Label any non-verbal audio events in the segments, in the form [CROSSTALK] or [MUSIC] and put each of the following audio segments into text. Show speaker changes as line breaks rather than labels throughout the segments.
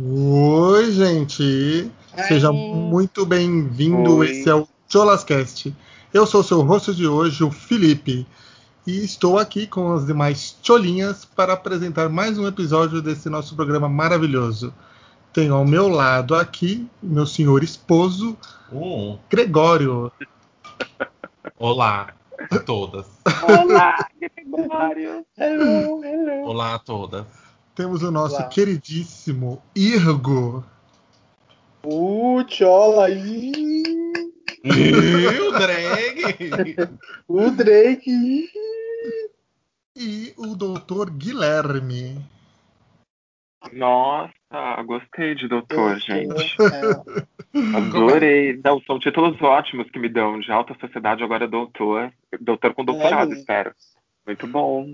Oi, gente!
Ai.
Seja muito bem-vindo.
Oi.
Esse é o Cholascast. Eu sou o seu rosto de hoje, o Felipe, e estou aqui com as demais Cholinhas para apresentar mais um episódio desse nosso programa maravilhoso. Tenho ao meu lado aqui meu senhor esposo,
Um.
Gregório.
Olá a todas.
Olá, Gregório. [LAUGHS] Hello, hello.
Olá a todas.
Temos o nosso
Olá.
queridíssimo Irgo.
Uh, tchola aí.
Meu drag!
O Drake. ih.
E o doutor Guilherme.
Nossa, gostei de doutor,
[LAUGHS]
gente.
É,
Adorei. Não, são títulos ótimos que me dão de alta sociedade, agora doutor. Doutor com doutorado,
É.
espero. Muito bom.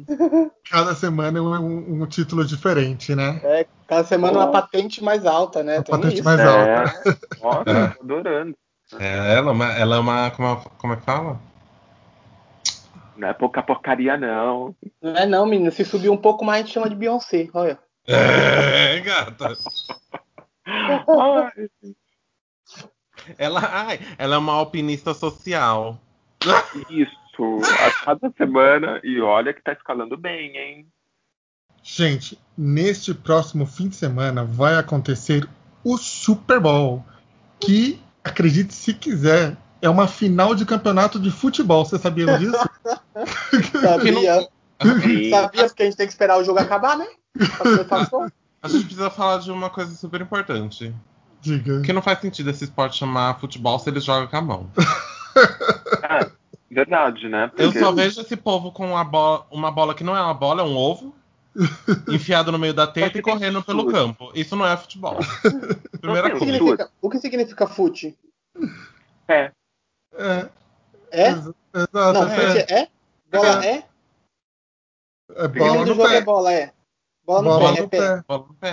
Cada semana é um, um título diferente, né?
é, cada semana uma patente mais alta, né?
A
Tem
patente
isso.
mais alta.
É. Nossa, tô adorando.
É, ela, é uma- ela é uma. Como é, como é que fala?
Não é pouca porcaria, não.
Não é não, menino. Se subir um pouco mais, a gente chama de Beyoncé. Olha.
É, gata.
Ai,
Ela, ai, ela é uma alpinista social.
isso. A cada semana. E olha que tá escalando bem, hein?
Gente, neste próximo fim de semana vai acontecer o Super Bowl, que, acredite se quiser, é uma final de campeonato de futebol. Vocês sabiam disso?
[LAUGHS] Sabia,
Uhum.
Sim.
Tá.
sabia porque a gente tem que esperar o jogo acabar, né? Pra começar o show.
A gente precisa falar de uma coisa super importante.
Diga.
Porque não faz sentido esse esporte chamar futebol se ele joga com a mão.
Ah, verdade, né?
Eu
Porque
só vejo esse povo com uma bola, uma bola que não é uma bola, é um ovo, enfiado no meio da teta e correndo pelo campo. Isso não é futebol. Primeira
Não
O que
coisa.
tem
significa- O que significa fute?
é.
É,
É?
ex- exato.
Não,
é,
fute é? Bola é?
é
O nome
bola
do
no
jogo é
pé.
bola, é? Bola no
Bola
pé, é
no
pé.
pé.
Bola no pé.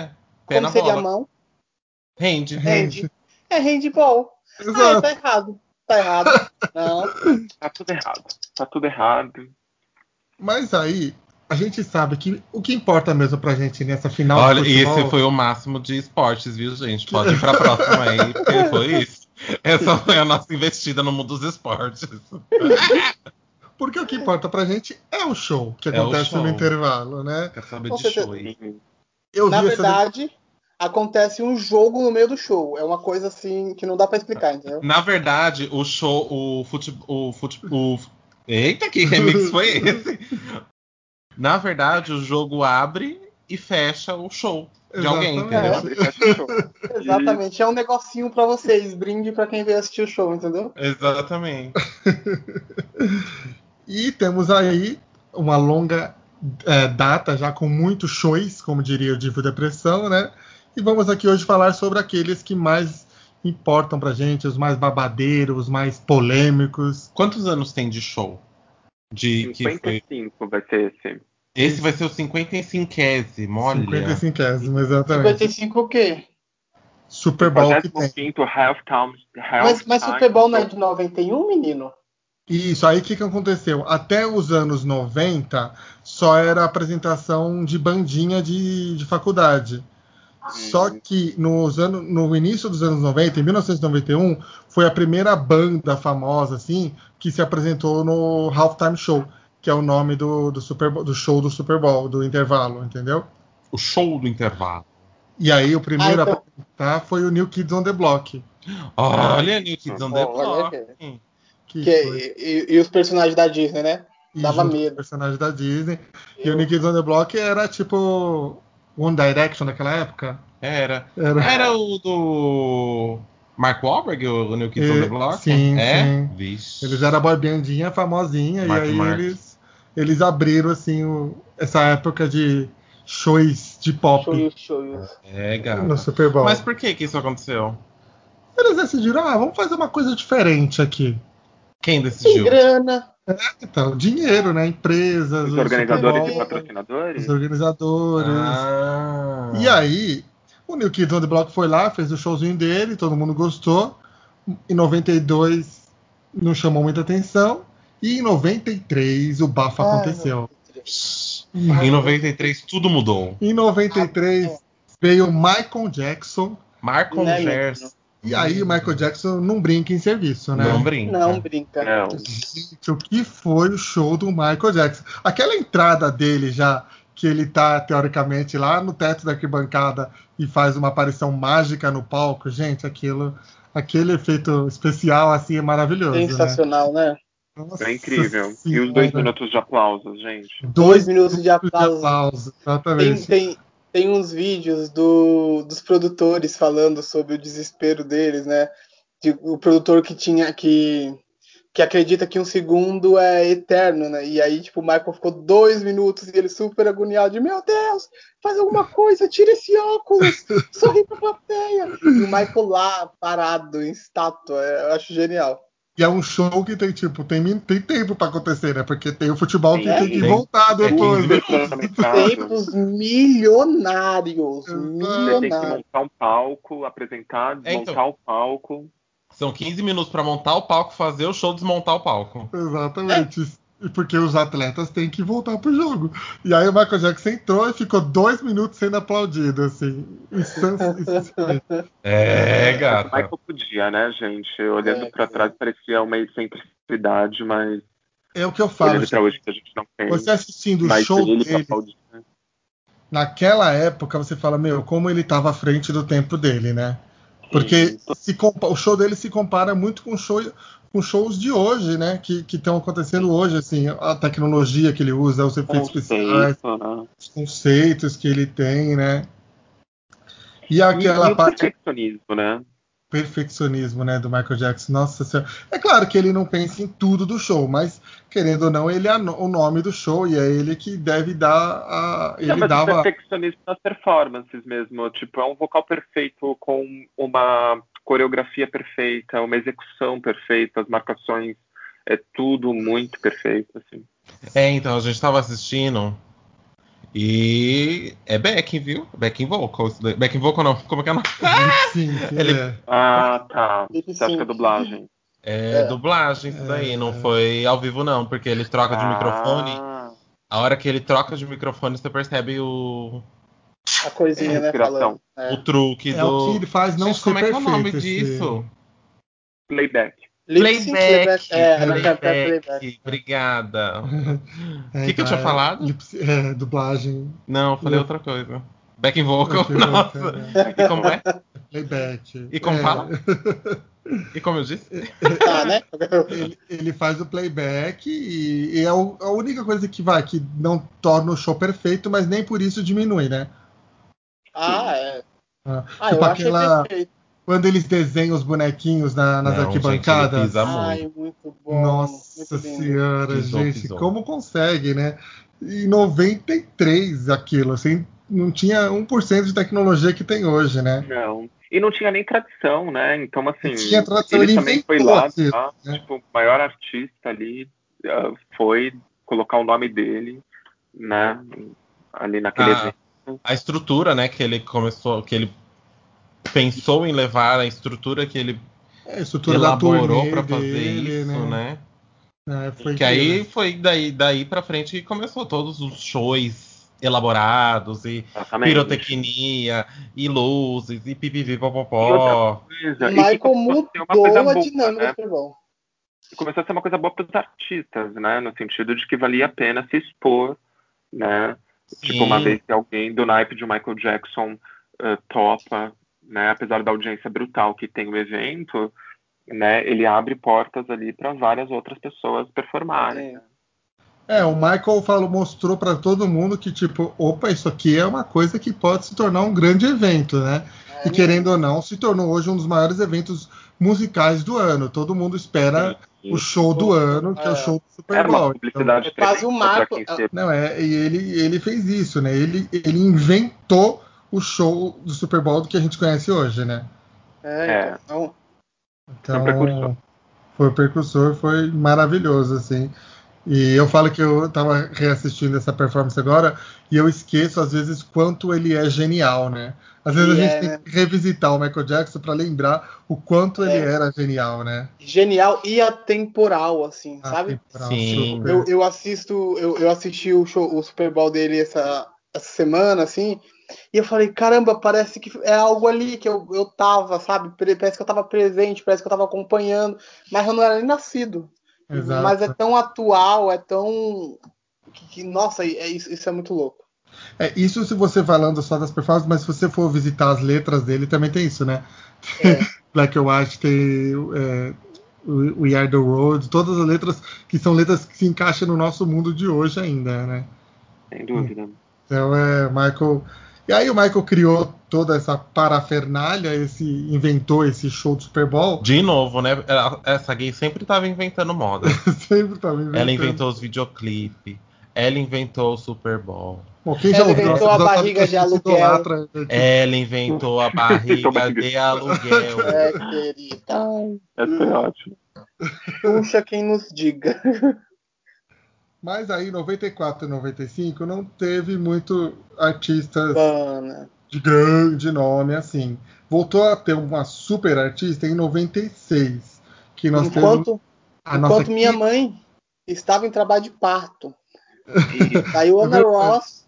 Pé
Como
na
seria
bola.
a mão?
Rende, rende.
Hand. É handball. Ah, é,
Exato.
tá errado. Tá errado. Não.
Tá tudo errado. Tá tudo errado.
Mas aí, a gente sabe que o que importa mesmo pra gente nessa final
Olha,
de
e
é futebol...
esse foi o máximo de esportes, viu, gente? Pode ir pra próxima aí, porque foi isso. Essa foi a nossa investida no mundo dos esportes.
Porque o que importa pra gente é o show que
É o
acontece
show.
no intervalo, né?
Quero saber
Com
de
certeza.
show aí.
Sim.
Eu
Na
vi essa
verdade, acontece um jogo no meio do show. É uma coisa assim que não dá pra explicar,
[LAUGHS]
entendeu?
Na verdade, o show, o futebol. O fute, o, eita, que remix foi esse? Na verdade, o jogo abre e fecha o show de alguém,
Exatamente.
entendeu?
Abre e fecha o show.
Exatamente. É um negocinho pra vocês, brinde pra quem veio assistir o show, entendeu?
Exatamente.
E temos aí uma longa eh, data já com muitos shows, como diria o Divo Depressão, né? E vamos aqui hoje falar sobre aqueles que mais importam pra gente, os mais babadeiros, os mais polêmicos.
Quantos anos tem de show? De que foi-
55 vai ser esse.
Esse vai ser o 55ésimo, olha.
55 exatamente.
55 o quê?
é
Super Bowl é que tem.
45 Halftime. um
Mas, mas Super Bowl não é de 91, menino?
E Isso aí o que, que aconteceu? Até os anos 90 só era apresentação de bandinha de, de faculdade. Só
Uhum.
que nos anos, no início dos anos 90, em 1991, foi a primeira banda famosa assim que se apresentou no Halftime Show, que é o nome do, do, Super Bowl- do show do Super Bowl, do intervalo, entendeu?
O show do intervalo.
E aí o primeiro
Ah, então-
a apresentar foi o New Kids on the Block. Ah,
Olha, New Kids on the
Olha,
Block. hein?
Que
Que- é-
foi,
e, e os personagens da Disney, né?
e
dava
junto com o
medo.
personagem da Disney. E o New Kids on the Block era tipo One Direction naquela época.
Era.
Era.
Era o do Mark Wahlberg, o New Kids on
É,
the Block?
sim,
é?
sim.
Vixe.
Eles eram a boy bandinha famosinha
Mark
e aí
Mark.
eles eles abriram assim o- essa época de shows de pop
Show you, show you.
É, gata.
no Super Bowl.
Mas por que que isso aconteceu?
eles decidiram, ah, vamos fazer uma coisa diferente aqui.
Quem
Sem
decidiu?
grana.
Então, dinheiro, né? Empresas,
Os
o
organizadores
Super
e
Bowl,
patrocinadores?
os organizadores.
Ah.
E aí, o New Kids on the Block foi lá, fez o showzinho dele, todo mundo gostou. Em 92 não chamou muita atenção. E em 93 o bafo
Ah,
aconteceu.
Em 93 tudo mudou.
Em 93, Veio Michael Jackson.
Marcon
Não é mesmo,
Gers.
E aí, Michael Jackson não brinca em serviço, né?
Hum. Não brinca.
Não,
É.
brinca.
Não.
Gente, o que foi o show do Michael Jackson? Aquela entrada dele já, que ele tá teoricamente lá no teto da arquibancada e faz uma aparição mágica no palco, gente, aquilo, aquele efeito especial assim é maravilhoso. Né?
Sensacional, né?
Nossa
É incrível. E os dois
Senhora.
minutos de aplausos, gente.
Dois
minutos de aplausos.
aplausos,
Tem,
exatamente.
tem, tem uns vídeos do, dos produtores falando sobre o desespero deles, né? De, o produtor que tinha que que acredita que um segundo é eterno, né? E aí, tipo, o Michael ficou dois minutos e ele super agoniado de meu Deus, faz alguma coisa, tira esse óculos, sorri pra plateia. E o Michael lá, parado, em estátua, é, eu acho genial.
E é um show que tem, tipo, tem, min- tem tempo pra acontecer, né? Porque tem o futebol que
Sim, É
tem que
tem-
voltar
tem
depois. né?
Você
Tempos milionários,
tem que
milionários.
montar um palco, apresentar,
É, então.
desmontar o palco.
São 15 minutos pra montar o palco, fazer o show, desmontar o palco.
Exatamente. E Porque os atletas têm que voltar pro jogo. E aí o Michael Jackson entrou e ficou dois minutos sendo aplaudido, assim. Insan-
É,
Mas
gata.
Michael podia, né, gente? Olhando
É,
pra
é.
trás parecia uma excentricidade, mas
é o que eu falo.
olhando pra hoje que a gente não tem.
Você assistindo o
mas
show
ele tá
dele, é
aplaudia.
naquela época, você fala, meu, como ele tava à frente do tempo dele, né? Porque
Sim, tô-
se compa- o show dele se compara muito com, show, com shows de hoje, né? Que estão acontecendo hoje, assim, a tecnologia que ele usa, os efeitos especiais,
conceito, né?
os conceitos que ele tem, né? E aquela
e, e o
parte
perfeccionismo, né?
perfeccionismo, né, do Michael Jackson. Nossa senhora. É claro que ele não pensa em tudo do show, mas querendo ou não, ele é no- o nome do show e é ele que deve dar a ele
Não, mas o
dava
perfeccionismo nas performances mesmo. Tipo, é um vocal perfeito com uma coreografia perfeita, uma execução perfeita, as marcações. É tudo muito perfeito, assim.
É, então, a gente tava assistindo. E é backing, viu? Backing vocal. isso daí. Backing vocal não, como é que é o nome?
[LAUGHS]
sim, que
Ele-
é.
Ah, tá. Você acha que é dublagem?
É,
É.
dublagem isso daí,
É.
não foi ao vivo não, porque ele troca de microfone.
Ah,
A hora que ele troca de microfone, você percebe o,
A coisinha, né?
Inspiração.
Falando. É.
o truque
É o que
do.
ele faz não
Gente,
ser
como é que é o
perfeito.
nome
esse-
disso?
playback.
Lip sync, playback. É, era pra- pra playback.
Playback. Obrigada.
É,
que que eu tinha
é,
falado?
lip- é, dublagem,
Não, eu falei
Não.
outra coisa. Backing vocal,
Backing vocal,
[LAUGHS] nossa.
é.
E como é?
playback.
E como
É,
fala? E como eu disse?
Tá, né?
[LAUGHS]
Ele, ele faz o playback e, e é o- a única coisa que vai, que não torna o show perfeito, mas nem por isso diminui, né?
Ah, é.
Ah,
Ah,
tipo
eu achei
aquela-
perfeito.
Quando eles desenham os bonequinhos na- nas
Não, gente, ele
arquibancadas.
pisa
Ai,
muito.
muito bom.
Nossa
muito lindo.
senhora,
Pisou,
gente,
pisou.
como consegue, né? Em 93 aquilo, assim, não tinha 1% de tecnologia que tem hoje, né?
Não. E não tinha nem tradição, né? Então, assim,
Não tinha tradição,
ele
ele
também foi
inventou
lá,
aquilo,
tá?
né?
Tipo, o maior artista ali ah, foi colocar o nome dele, né? Ali naquele
A,
evento.
a estrutura, né, que ele começou, que ele pensou em levar, a estrutura que ele
A estrutura da
elaborou
turnê
pra fazer
dele,
isso, né?
É, foi
Que aí foi daí, daí pra frente que começou todos os shows elaborados e
Exatamente.
pirotecnia e luzes e pipipi popopó.
Coisa. E que
Michael
começou a ser
mudou
uma coisa
a
boa,
dinâmica
né?
do futebol.
começou a ser uma coisa boa para os artistas, né? No sentido de que valia a pena se expor, né? Tipo, uma vez que alguém do naipe de Michael Jackson eh, topa, né? Apesar da audiência brutal que tem o evento, né? Ele abre portas ali para várias outras pessoas performarem.
É.
É, o Michael falou, mostrou pra todo mundo que, tipo, opa, isso aqui é uma coisa que pode se tornar um grande evento, né?
É.
E querendo ou não, se tornou hoje um dos maiores eventos musicais do ano. Todo mundo espera
Sim.
o show do ano, que é, o
É.
show do Super
Era
Bowl.
uma
Então,
publicidade
É quase um
tremenda pra
marco,
quem
é-
se-
não, é, e ele, ele fez isso, né? Ele, ele inventou o show do Super Bowl do que a gente conhece hoje, né?
É,
É.
então, um
Então,
Foi o precursor.
foi o precursor, foi maravilhoso, assim. E eu falo que eu tava reassistindo essa performance agora e eu esqueço, às vezes, quanto ele é genial, né? Às vezes
Ele
a gente
é,
tem
né?
que revisitar o Michael Jackson para lembrar o quanto ele
É.
era genial, né?
genial e atemporal, assim,
Ah,
sabe?
Atemporal,
Sim.
super.
Eu, eu assisto, eu, eu assisti o show, o Super Bowl dele essa, essa semana, assim, E eu falei, caramba, parece que é algo ali que eu, eu tava, sabe? Parece que eu tava presente, parece que eu tava acompanhando, mas eu não era nem nascido.
Exato.
Mas é tão atual, é tão. que- que- nossa, é- isso, isso é muito louco.
É, isso se você falando só das performances, mas se você for visitar as letras dele, também tem isso, né?
É.
[LAUGHS] Black and White tem é, o- We Are the Road, todas as letras que são letras que se encaixam no nosso mundo de hoje ainda, né?
Sem dúvida. né?
Então é Michael. E aí o Michael criou toda essa parafernália, esse inventou esse show do Super Bowl. [LAUGHS]
De novo, né? Ela- Essa gay sempre tava inventando moda.
[LAUGHS] Sempre tava inventando.
Ela inventou os videoclipes. Ela inventou o Super Bowl.
Bom, quem
Ela
ouviu
inventou
nosso
a
episódio sabe
barriga
que a
de
gente
aluguel.
idolatra, né?
Ela
[LAUGHS]
inventou a
Inventou
barriga
barriga.
de aluguel.
Então, É, querida.
Essa
Hum.
é ótima.
[LAUGHS] Puxa quem nos diga.
Mas aí, 94 e 95, não teve muito artistas
Mano,
de grande nome assim. Voltou a ter uma super artista em 96, que nós temos
enquanto,
a nossa
enquanto minha
querida-
mãe estava em trabalho de parto. Saiu Ana
É verdade.
Ross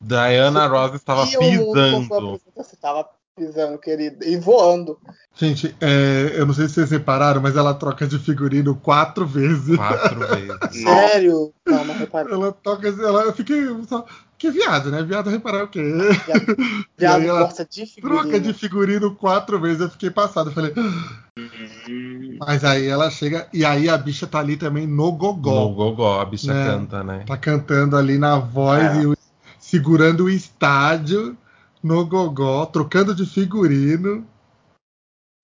Diana Ross estava
e o mundo com sua
pisando.
apresentação. Você estava pisando, querida, e voando.
Gente, é, eu não sei se vocês repararam, mas ela troca de figurino quatro vezes.
Quatro vezes.
[LAUGHS] É,
Nossa.
Sério? Não, não reparei.
Ela toca, ela eu fiquei só, que viado, né? Viado reparar o
[LAUGHS]
quê? E
Já
aí ela
gosta de figurino.
Troca [LAUGHS] de figurino quatro vezes, eu fiquei passado, eu falei. [GASPS]
Hum,
Mas aí ela chega e aí a bicha tá ali também no gogó.
No Gogó, a bicha
É.
Né?
canta, né?
Tá cantando ali na voz
É.
e o- segurando o estádio no gogó, trocando de figurino.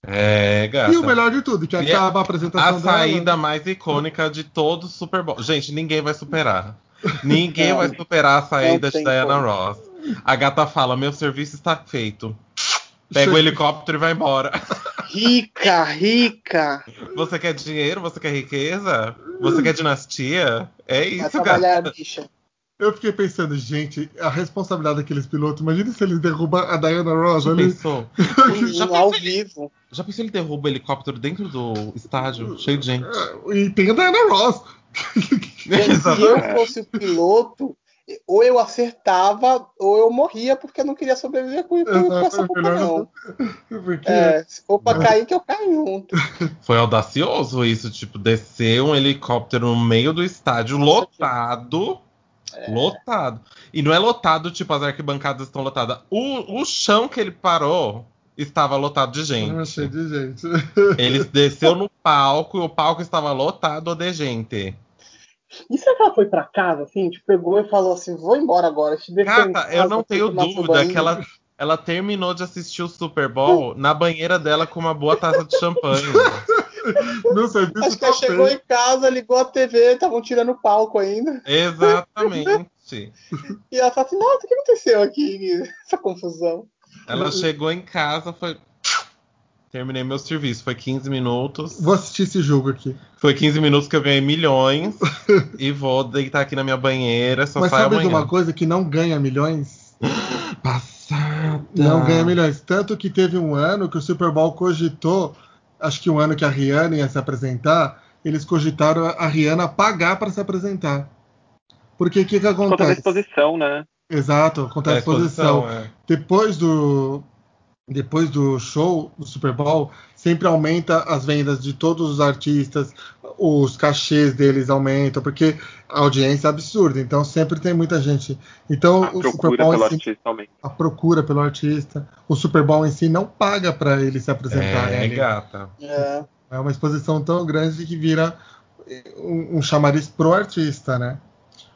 É, gata.
E o melhor de tudo, que
E
acaba a
A
apresentação dela.
saída mais icônica de todo o Super Bowl. Gente, ninguém vai superar. Ninguém vai superar a saída
É. Não tem
de Diana
como.
Ross. A gata fala: meu serviço está feito. Pega o
Chega.
helicóptero e vai embora.
Rica, rica.
Você quer dinheiro? Você quer riqueza? Você quer dinastia? É
Vai
isso, gata.
trabalhar, bicha.
Eu fiquei pensando, gente, a responsabilidade daqueles pilotos, imagina se eles derrubam a Diana Ross
Já
ali.
pensou? Já
Um, ao
pensou,
vivo.
já pensou ele derruba o helicóptero dentro do estádio, cheio de gente?
E tem a Diana Ross.
Gente, se eu fosse o piloto, ou eu acertava, ou eu morria porque eu não queria sobreviver com, com, com essa culpa,
Melhor
não.
não- Porque
É, se for pra cair, que eu caio junto.
Foi audacioso isso, tipo, descer um helicóptero no meio do estádio lotado. Lotado. E não é lotado, tipo, as arquibancadas estão lotadas. O, o chão que ele parou estava lotado de
não achei
gente.
de gente.
Ele desceu no palco e o palco estava lotado de gente.
E será que ela foi pra casa, assim? Tipo, pegou e falou assim, vou embora agora. Te deixei em
Gata,
casa,
eu não
fui
tenho
tomar seu
dúvida
banho.
que ela, ela terminou de assistir o Super Bowl na banheira dela com uma boa taça de champanhe.
Meu serviço
Acho que
tá
ela chegou
feito.
em casa, ligou a TV, estavam tirando o palco ainda.
Exatamente.
E ela fala assim, nossa, o que aconteceu aqui? [LAUGHS] Essa confusão.
Ela chegou em casa, foi. Terminei meu serviço. Foi 15 minutos.
Vou assistir esse jogo aqui.
Foi 15 minutos que eu ganhei
[LAUGHS]
milhões. e vou deitar aqui na minha banheira. Só
Mas
saio
sabe de
amanhã.
uma coisa que não ganha milhões?
Passada.
Não ganha milhões. Tanto que teve um ano que o Super Bowl cogitou, acho que um ano que a Rihanna ia se apresentar, eles cogitaram a Rihanna pagar para se apresentar. Porque o que, que
Conta da
acontece?
exposição, né?
Exato, contra a
É,
exposição.
exposição, é.
Depois do depois do show do Super Bowl, sempre aumenta as vendas de todos os artistas, os cachês deles aumentam, porque a audiência é absurda, então sempre tem muita gente. Então
A
o Super
procura
Bowl
pelo
em si
artista aumenta.
a procura pelo artista. O Super Bowl em si não paga para ele se apresentar.
É,
né?
gata.
É.
É uma exposição tão grande que vira eh, um, um chamariz pro artista, né?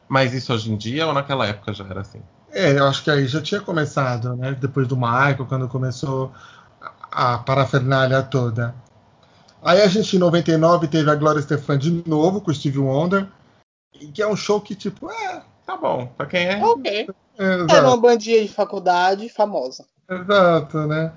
Mas isso hoje em dia ou naquela época já era assim?
É, eu acho que aí já tinha começado, né? Depois do Michael, quando começou a a parafernália toda. Aí a gente, em 99, teve a Gloria Stefan de novo com o Steve Wonder, e que é um show que, tipo, é.
Tá bom. Pra quem é.
Ok.
é,
Era uma
exato,
bandinha de faculdade famosa.
exato, né?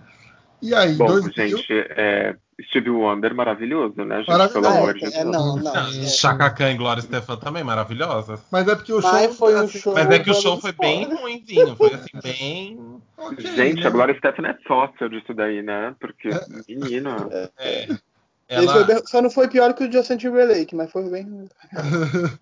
E aí,
Bom,
2000,
gente, é, Steve Wonder maravilhoso, né, gente?
Maravilhoso.
Pelo amor
é,
de
é,
Deus.
não, não.
Ah,
é.
Chaka Khan e Glória Estefan também maravilhosas.
Mas é porque o
Mas
show.
foi um
assim,
show
Mas é que o
dando
show foi bem
spoiler.
ruimzinho. Foi assim, bem.
ok,
é Gente,
né?
a Gloria Stefan é sócia disso daí, né? Porque, menina,
É,
Ele foi
ela,
bem- Só não foi pior que o Justin Timberlake, mas foi bem.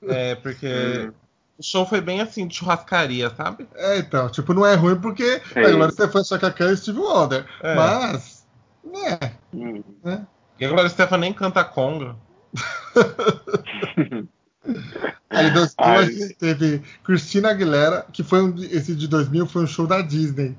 é porque
Hum.
O show foi bem assim, de churrascaria, sabe?
É, então, tipo, não é ruim porque
É
a Glória
isso.
Stefani, Chaka e Steve Wonder.
É.
Mas, né,
Hum.
né?
E agora a Stefan nem canta conga.
Aí em 2000 a
Ai,
gente teve Christina Aguilera, que foi um, esse de 2000 foi um show da Disney.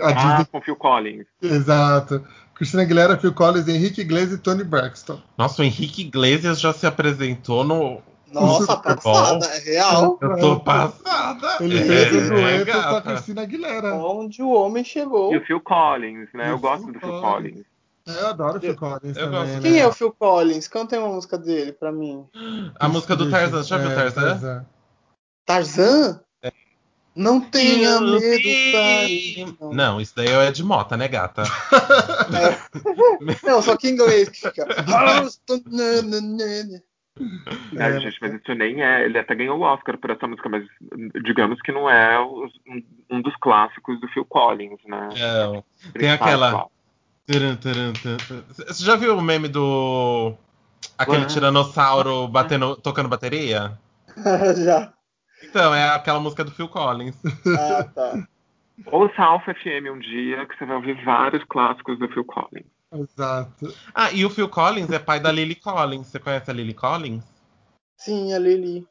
A
Ah, com Phil Collins.
Disney, exato. Christina Aguilera, Phil Collins, Henrique Iglesias e Tony Braxton.
Nossa, o Henrique Iglesias já se apresentou no.
Nossa,
Super Bowl.
passada, é real.
Ah, Eu tô passada.
Ele fez
É,
o dueto
gata.
com a Christina Aguilera.
Onde o homem chegou.
E o Phil Collins, né?
E
Eu
Oh. o
gosto
Phil
do Phil
Collins.
Collins.
É, Eu adoro Phil Collins
Eu
também.
gosto.
né?
Quem é o Phil Collins? Cantem uma música dele pra mim.
A música do Tarzan, já viu
É,
Tarzan?
Tarzan? Não tenha medo, Tarzan.
Não. isso daí é o Ed Mota, né, gata?
Não, só que em inglês que fica. Houston, nã, nã, nã, nã.
Ai, gente, mas isso nem é. Ele até ganhou o Oscar por essa música, mas digamos que não é os- um- um dos clássicos do Phil Collins, né?
Não. Tem
Principal
aquela-
clássico.
Turum, turum, turum. Você já viu o meme do. Aquele
Ah.
tiranossauro batendo, tocando bateria?
[LAUGHS] Já.
Então, é aquela música do Phil Collins.
Ah, tá.
Ouça a Alpha FM um dia, que você vai ouvir vários clássicos do Phil Collins.
Exato.
Ah, e o Phil Collins é pai da Lily Collins. Você conhece a Lily Collins?
Sim, a Lili.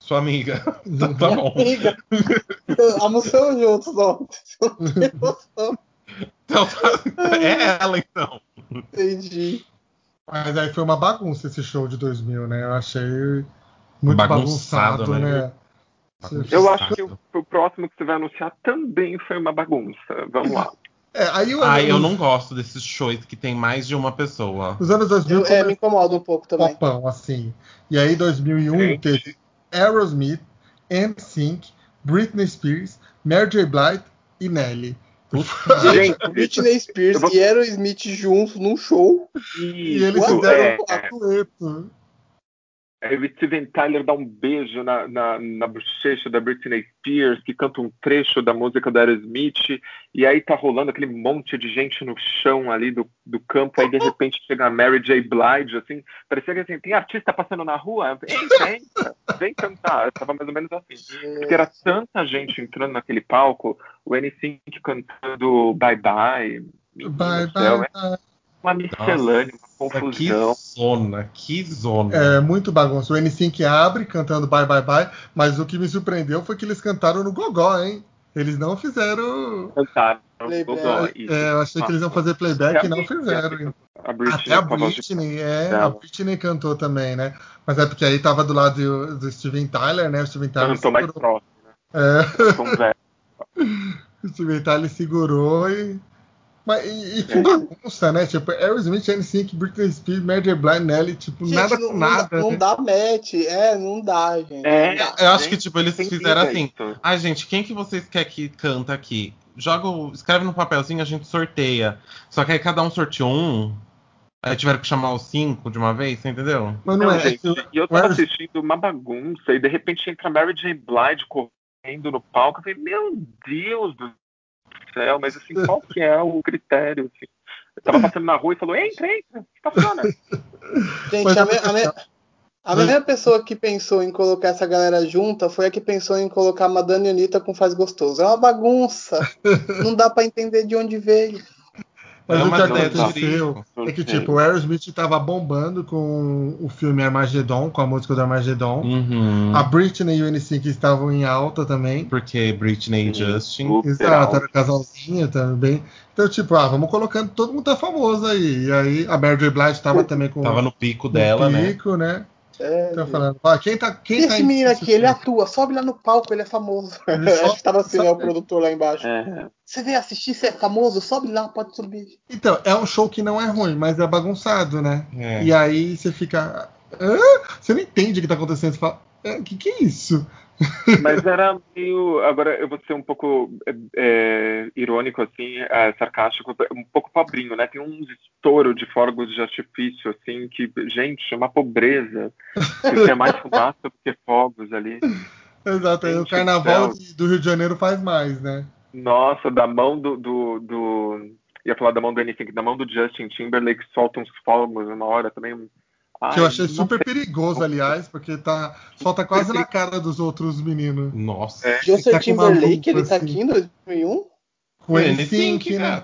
Sua amiga. Tá, tá bom.
Amiga. [LAUGHS] Almoçamos juntos ontem. [LAUGHS]
Então, [LAUGHS] tá- é ela, então.
Entendi.
Mas aí foi uma bagunça esse show de 2000, né? Eu achei muito
Bagunçado,
bagunçado,
né?
né?
Eu
Exato.
acho que o, o próximo que você vai anunciar também foi uma bagunça. Vamos lá.
É, aí o-
Ai, Ah, eu
os-
não gosto desses shows que tem mais de uma pessoa.
Os anos 2000
Eu, é, me incomoda um pouco
começou
também.
popão, assim. E aí 2001 teve Aerosmith, NSYNC, Britney Spears, Mary J. Blige e Nelly.
Gente,
Gente,
Britney Spears
eu vou-
e Aerosmith juntos num show.
E eles
Uau,
fizeram
é,
um patueto.
é, o Steven Tyler dá um beijo na, na, na bochecha da Britney Spears, que canta um trecho da música da Aerosmith, e aí tá rolando aquele monte de gente no chão ali do, do campo, aí de repente chega a Mary J. Blige, assim, parecia que assim, tem artista passando na rua, entra, entra, vem cantar, tava mais ou menos assim. Porque era tanta gente entrando naquele palco, o N5 cantando Bye Bye, Menino
Bye,
do Céu,
bye, bye.
é uma miscelânea, uma
que
confusão.
zona, que zona.
É muito bagunça. O NSYNC abre cantando Bye Bye Bye, mas o que me surpreendeu foi que eles cantaram no Gogó, hein? Eles não fizeram.
Cantaram
Playback.
Gogó, Ah, isso. Ah,
É, eu achei que eles iam fazer playback e não fizeram.
é A Britney,
Até a
com voz de- né?
Britney, é,
dela.
a Britney cantou também, né? Mas é porque aí tava do lado do, do Steven Tyler, né? O Steven Tyler
cantou mais
segurou,
próximo,
é, [LAUGHS]
tão velho.
o Steven Tyler segurou e. Mas, e, e que
É.
bagunça, né? Tipo, Aerosmith, NSYNC, Britney Spears, Mary J. Blige, Nelly, tipo,
Gente,
nada
não,
com
não
nada.
dá- Não
né?
dá match. É, não dá, gente.
É,
Não dá.
Eu acho
Gente,
que, tipo, eles
Tem
fizeram
vida
assim.
isso.
Ai, gente, quem que vocês quer que canta aqui? Joga, o- escreve no papelzinho, a gente sorteia. Só que aí cada um sorteou um. Aí tiveram que chamar os cinco de uma vez, você entendeu?
Mas não,
Não,
é.
gente,
é que-
e eu tava
Aerosmith-
assistindo uma bagunça e de repente entra a Mary J. Blige correndo no palco. Eu falei, meu Deus do céu, mas assim, qual que é o critério? assim? Eu tava passando na rua e falou, entra, entra, tá estaciona.
Mas
Gente, a,
eu
me-
vou
a me- a
Mas-
mesma pessoa que pensou em colocar essa galera junta foi a que pensou em colocar Madame Anitta com Faz Gostoso. É uma bagunça.
[LAUGHS]
não dá pra entender de onde veio.
Mas
É
o
uma
que
zona de
aconteceu [LAUGHS] é que, tipo, o Aerosmith tava bombando com o filme Armageddon, com a música do Armageddon.
Uhum.
A Britney e o NSYNC estavam em alta também.
Porque Britney e
Sim.
Justin.
O
Exato, era
Peralta.
um casalzinho também. Então, tipo, ah, vamos colocando, todo mundo tá famoso aí. E aí a Mary J. Blige tava também com
Tava no pico dela,
um
né?
pico, né?
É,
Então
gente.
falando, ó, quem tá,
E
quem tá
esse menino aqui, ele é atua, sobe lá no palco, ele é famoso.
Ele
[LAUGHS] Acho
sobe-
que tava assim, né, o
sobe.
produtor lá embaixo.
É,
Você veio assistir, você é famoso, sobe lá, pode subir.
Então, é um show que não é ruim, mas é bagunçado, né?
É.
E aí você fica, "Hã?" você não entende o que tá acontecendo, você fala, "Hã? que que é isso?
Mas era meio. Agora eu vou ser um pouco é, é, irônico, assim, é, sarcástico, um pouco pobrinho, né? Tem um estouro de fogos de artifício, assim, que, gente, é uma pobreza. Porque é mais fumaça do que fogos ali.
Exato, aí o
Gente
carnaval
do
então.
de- do Rio de Janeiro faz mais, né?
Nossa, da mão do. do, do- ia falar da mão do Anything, da mão do Justin Timberlake, solta uns fogos uma hora também.
Ai, que eu achei super sei. perigoso, aliás, porque tá, só tá quase na cara dos outros meninos.
Nossa.
É. Justin tá Timberlake, ele assim. tá aqui em 2001?
Com o
É,
N5, né?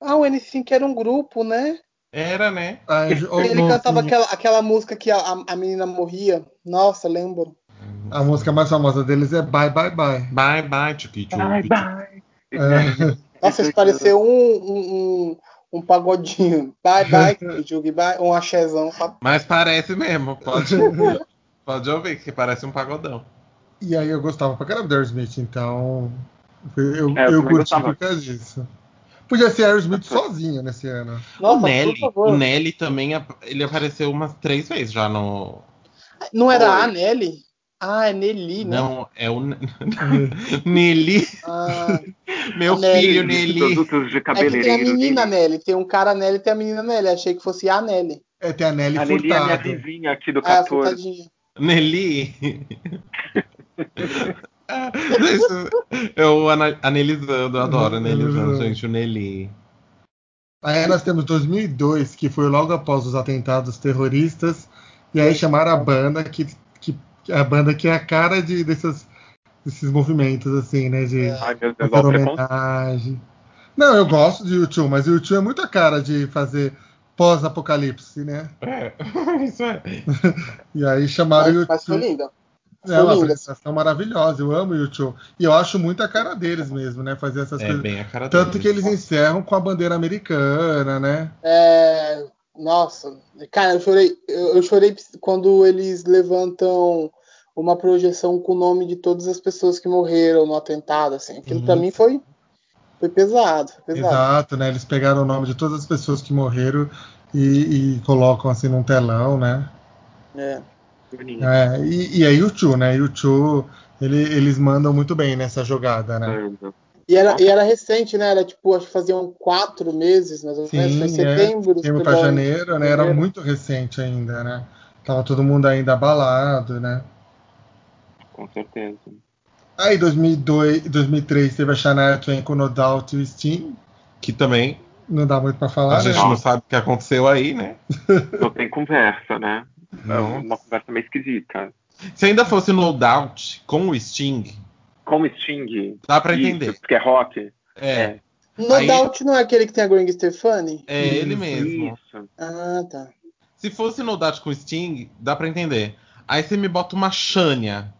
Ah, o N5 era um grupo, né?
Era, né?
Ah, ele no, cantava no... Aquela, aquela música que a, a menina morria. Nossa, lembro.
A música mais famosa deles é Bye Bye Bye.
Bye Bye, Tchuki
Bye
Tchuki.
Bye. É. Nossa, isso pareceu um, um, um um pagodinho. Bye, bye, Jugue, bye. Um axézão. Sabe?
Mas parece mesmo. [LAUGHS] Pode, pode ouvir que parece um pagodão.
E aí eu gostava pra caramba do Aerosmith, então... Eu, é, eu, eu curti gostava. por causa disso. Podia ser Aerosmith sozinho nesse ano.
Nossa, o, Nelly, o Nelly também, ele apareceu umas três vezes já no...
Não era Oi. a Nelly? Ah, é Nelly, né?
Não, é o [LAUGHS] Nelly. Ah, Meu filho, Nelly.
Produtos de cabeleireiro.
É tem a menina Nelly. Nelly. tem um cara Nelly e tem a menina Nelly. Achei que fosse a Nelly.
É, tem a Nelly
A
furtada. Nelly
é minha vizinha aqui
Ah,
do
tá
14.
Ah, Nelly. [LAUGHS] eu analisando, adoro analisando, gente, o Nelly.
Aí nós temos 2002, que foi logo após os atentados terroristas, e aí chamaram a banda que a banda que é a cara de, dessas, desses movimentos, assim, né? De
É.
Ai, meu Deus, homenagem.
Não, eu gosto de YouTube, mas YouTube é muito a cara de fazer pós-apocalipse, né?
É, [LAUGHS] isso é.
e aí chamaram
mas, YouTube. Mas foi linda.
É foi uma linda. apresentação maravilhosa, eu amo o YouTube. E eu acho muito a cara deles mesmo, né? Fazer essas
é,
coisas.
Bem a cara
Tanto
deles.
que eles encerram com a bandeira americana, né?
É. Nossa, cara, eu chorei, eu chorei quando eles levantam uma projeção com o nome de todas as pessoas que morreram no atentado, assim. Aquilo uhum. para mim foi foi pesado, foi pesado,
Exato, né? Eles pegaram o nome de todas as pessoas que morreram e, e colocam assim num telão, né?
É.
é e, e aí o Chu, né? E o Chu, ele, eles mandam muito bem nessa jogada, né?
É. E era, e era, recente, né? Era tipo, acho que faziam quatro meses, mais ou menos, foi setembro. É, setembro
para janeiro, né? Era muito recente ainda, né? Tava todo mundo ainda abalado, né?
Com certeza.
Aí, 2002, 2003, teve a Shania Twain com No Doubt e Steam.
Que também...
Não dá muito para falar,
A gente
né?
não sabe o que aconteceu aí, né?
Não tem conversa, né? Não. É uma conversa meio esquisita.
Se ainda fosse No Doubt com o Sting,
como Sting.
Dá pra entender. Isso,
porque é rock.
É. é.
No Aí... Doubt não é aquele que tem a Gwen Stefani?
É ele isso, mesmo.
Isso. Ah, tá.
Se fosse No Doubt com Sting, dá pra entender. Aí você me bota uma Shania.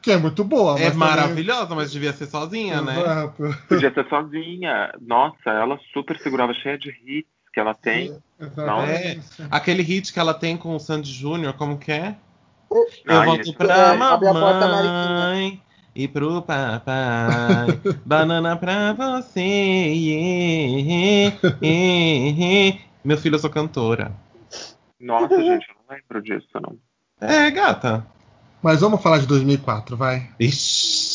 que é muito boa.
É maravilhosa, também... mas devia ser sozinha, Exato. né?
Podia ser sozinha. Nossa, ela super segurava, cheia de hits que ela tem.
É, aquele hit que ela tem com o Sandy Júnior, como que é? Ai, Eu volto pra é, mamãe e pro [LAUGHS] papai. banana pra você. Yeah, yeah, yeah. Meu filho, eu sou cantora.
Nossa, gente, eu não lembro disso, não.
É, gata.
Mas vamos falar de 2004, vai.
Ixi.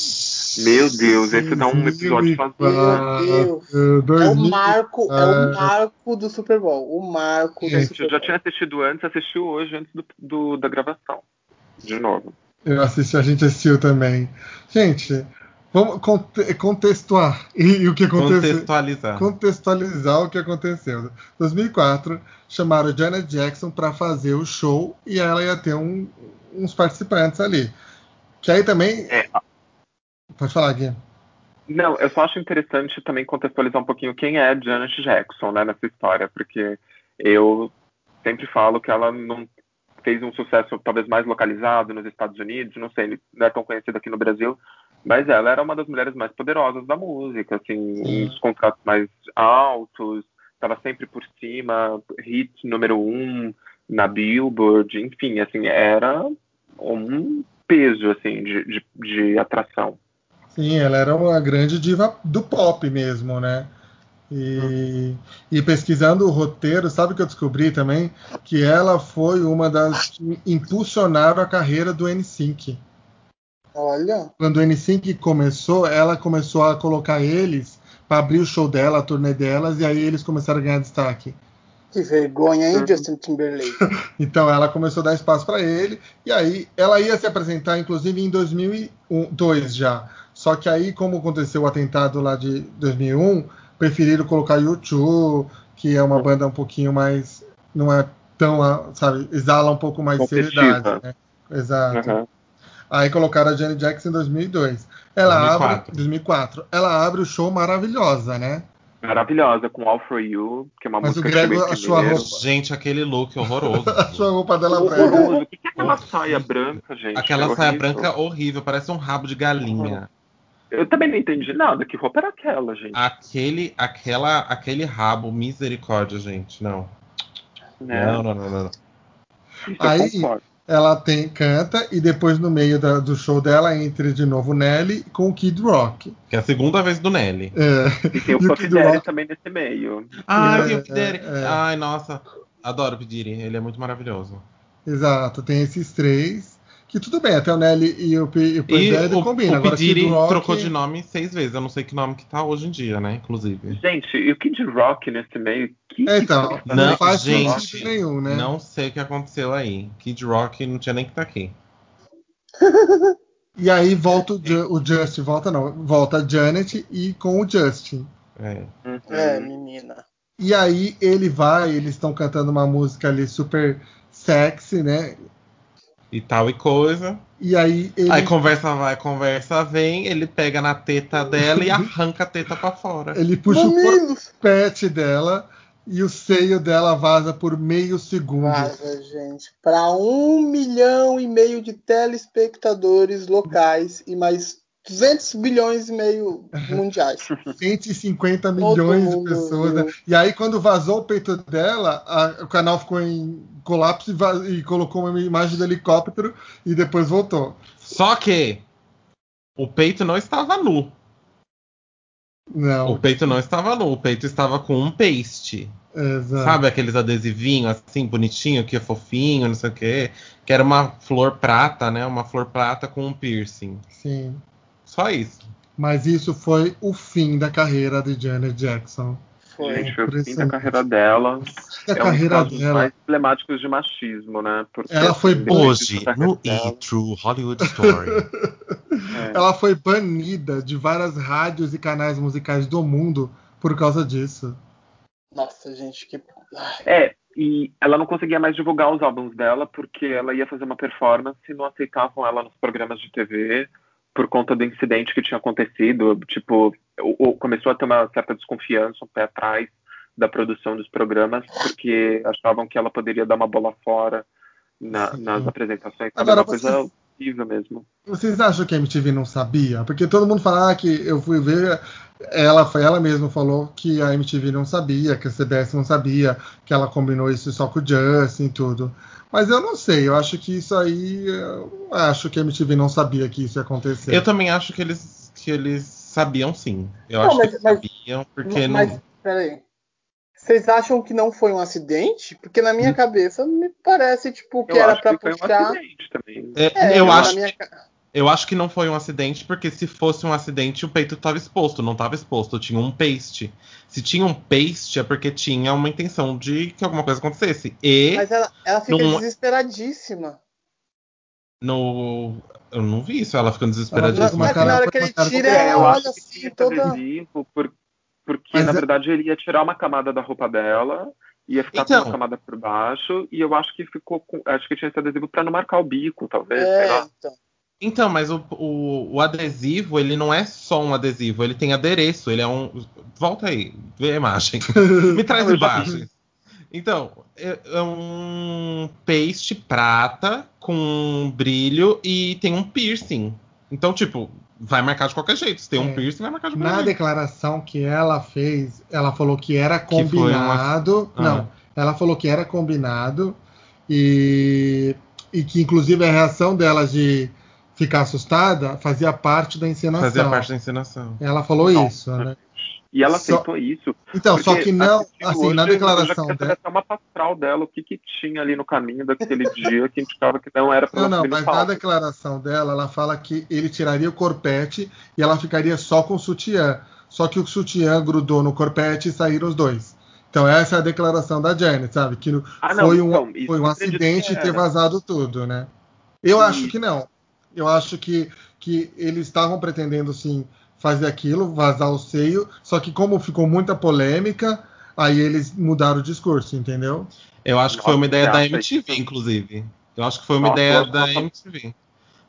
Meu Deus, esse dá um episódio
Ah,
sozinho.
Meu Deus. É o marco, é o marco do Super Bowl. O marco
gente, do Super Bowl. Eu já tinha assistido antes, assisti hoje, antes do, do da gravação. De novo.
Eu assisti, a gente assistiu também. Gente, vamos contextuar e, e o que aconteceu.
Contextualizar.
Contextualizar o que aconteceu. Em 2004, chamaram Janet Jackson para fazer o show e ela ia ter um, uns participantes ali. Que aí também. É. Pode falar, Gui.
Não, eu só acho interessante também contextualizar um pouquinho quem é Janet Jackson né, nessa história, porque eu sempre falo que ela não fez um sucesso talvez mais localizado nos Estados Unidos, não sei, não é tão conhecido aqui no Brasil, mas ela era uma das mulheres mais poderosas da música, assim, Sim. uns contratos mais altos, estava sempre por cima, hit número um na Billboard, enfim, assim, era um peso, assim, de, de, de atração.
Sim, ela era uma grande diva do pop mesmo, né? E, e, pesquisando o roteiro, sabe que eu descobri também? Que ela foi uma das que impulsionaram a carreira do N5.
Olha!
Quando o N5 começou, ela começou a colocar eles para abrir o show dela, a turnê delas, e aí eles começaram a ganhar destaque.
Que vergonha, hein, Justin
[LAUGHS]
Timberlake?
então ela começou a dar espaço para ele, e aí ela ia se apresentar, inclusive, em 2002 já. Só que aí, como aconteceu o atentado lá de 2001 preferiram colocar YouTube, que é uma banda um pouquinho um mais. não é tão, a- sabe, exala um pouco mais
Competitiva.
seriedade. né? Exato.
Uhum.
Aí colocaram a Janet Jackson em 2002. Ela
2004.
abre 2004. Ela abre o show maravilhosa, né? [LAUGHS]
Maravilhosa, com All For You, que é uma
Mas o
música que eu
Grego
cheguei
achou a
primeiro.
Gente, aquele look
[LAUGHS]
horroroso.
Achou a roupa dela branca.
Horroroso. O que é aquela saia branca, gente?
Aquela
É
saia
horrível.
branca horrível, parece um rabo de galinha.
Eu também não entendi nada. Que roupa era aquela, gente?
Ah, Aquele, aquela, aquele rabo, misericórdia, gente. Não.
Né?
Não, não, não, não, não.
Isso eu
Aí-
concordo.
Ela tem, canta e depois no meio da- do show dela entra de novo Nelly com o Kid Rock.
Que é a segunda vez do Nelly.
É, [LAUGHS]
E tem o
E o
Puff
Kid
Daddy
Rock.
também nesse meio.
Ai,
É,
o Pidere.
é, é.
Ai, nossa. Adoro o Pidiri, ele é muito maravilhoso.
exato, tem esses três. Que tudo bem, até o Nelly e o, P, e o
E
P Daddy
o,
combinam.
o
é, Agora
Pidiri
Kid Rock.
trocou de nome seis vezes. Eu não sei que nome que tá hoje em dia, né? Inclusive.
Gente, e o Kid Rock nesse meio? Que
É, então, não,
Não,
faz
gente,
sentido nenhum, né?
Não sei o que aconteceu aí. Kid Rock não tinha nem que estar tá aqui.
E aí volta o, Ju- o Justin, volta não, volta a Janet e com o Justin.
É.
Uhum.
É, menina.
E aí ele vai, eles estão cantando uma música ali super sexy, né?
E tal e coisa.
E aí ele.
Aí conversa vai, conversa vem. Ele pega na teta dela e arranca a teta pra fora.
Ele puxa o
Mamilos!
corpete dela e o seio dela vaza por meio segundo.
Vaza, gente. Para um milhão e meio de telespectadores locais e mais 200 bilhões e meio
[LAUGHS]
mundiais.
150
Todo
milhões de
mundo
pessoas.
viu.
né? E aí, quando vazou o peito dela, a- o canal ficou em colapso e, va- e colocou uma imagem do helicóptero e depois voltou.
Só que o peito não estava nu. O
Não,
peito não estava nu. O peito estava com um paste.
exato.
Sabe aqueles adesivinhos assim, bonitinho, que é fofinho, não sei o quê. Que era uma flor prata, né? Uma flor prata com um piercing.
Sim.
Só isso.
Mas isso foi o fim da carreira de Janet Jackson.
Foi.
Gente, foi o fim da
impressionante.
carreira dela.
Da
é um
carreira
dos casos
dela.
mais emblemáticos de machismo, né? Porque,
Ela foi
assim,
Hoje,
depois da
no
carreira
E! True Hollywood Story.
dela, é.
Ela foi banida de várias rádios e canais musicais do mundo por causa disso.
Nossa, gente, que. Ai,
É, e ela não conseguia mais divulgar os álbuns dela porque ela ia fazer uma performance e não aceitavam ela nos programas de TV por conta do incidente que tinha acontecido. Tipo, o- o- começou a ter uma certa desconfiança, um pé atrás da produção dos programas porque achavam que ela poderia dar uma bola fora na-
Sim.
nas apresentações. Sabe?
Agora,
Era uma coisa
vocês-
horrível mesmo.
Vocês acham que a MTV não sabia? Porque todo mundo fala ah, que eu fui ver, ela foi ela mesma falou que a MTV não sabia, que a CBS não sabia, que ela combinou isso só com o Justin e tudo. Mas eu não sei, eu acho que isso aí, eu acho que a MTV não sabia que isso ia acontecer.
[LAUGHS] Eu também acho que eles, que eles sabiam sim. Eu
Não,
acho
mas-
que eles
mas-
sabiam, porque
mas,
não.
peraí. Vocês acham que não foi um acidente? Porque na
Hum.
minha cabeça me parece, tipo, que
Eu
era
acho
pra
que foi um
puxar.
acidente também.
É,
É,
eu,
na
acho,
minha ca-
eu acho que não foi um acidente, porque se fosse um acidente, o peito estava exposto. Não estava exposto, tinha um paste. Se tinha um paste, é porque tinha uma intenção de que alguma coisa acontecesse. E
Mas ela, ela fica
Não-
desesperadíssima.
no. Eu não vi isso, é ela ficando
Ela-
desesperadíssima.
uma
Mas na hora que ele
cara-
tira,
É,
eu
ela
acho
olha
que
assim,
tinha
toda.
adesivo, por- porque
Mas
na
é-
verdade ele ia tirar uma camada da roupa dela, ia ficar
Então.
com uma camada por baixo, e eu acho que ficou com. Acho que tinha esse adesivo pra não marcar o bico, talvez. sei
É,
lá.
então.
Então, mas o, o- o adesivo, ele não é só um adesivo, ele tem adereço, ele é um. Volta aí, vê a
[LAUGHS]
imagem. Me traz
Eu já
imagens. Então, é, é um paste prata com brilho e tem um piercing. Então, tipo, vai marcar de qualquer jeito. Se tem um
É.
piercing, vai marcar de
[LAUGHS]
qualquer
Na
jeito.
declaração que ela fez, ela falou que era
foi uma-
combinado.
Ah.
Não, ela falou que era combinado e, e que inclusive a reação dela de ficar assustada fazia parte da
é
encenação.
Fazia parte da ensinação.
Ela falou
Não.
isso, né?
E ela
Só-
aceitou isso.
Então,
porque
só que não,
assistindo
assim, na
hoje,
declaração
Eu já
dela.
queria saber uma pastral dela, o que, que tinha ali no
[LAUGHS]
caminho daquele dia que indicava que não era pra
Não,
ela
não,
subir no
mas na
palco.
declaração dela, ela fala que ele tiraria o corpete e ela ficaria só com o sutiã. Só que o sutiã grudou no corpete e saíram os dois. Então essa é a declaração da Janet, sabe? Que no-
Ah, não,
foi um,
então, isso
foi um
eu acredito
acidente
que é.
ter
era.
vazado tudo, né? Eu
Sim.
acho que não. Eu acho que, que eles estavam pretendendo, sim, fazer aquilo, vazar o seio, só que como ficou muita polêmica, Aí eles mudaram o discurso, entendeu?
Eu acho que foi uma
Nossa,
ideia da
que acha
MTV, inclusive. Eu acho que foi uma
Nossa,
ideia
nossa,
da
nossa.
MTV.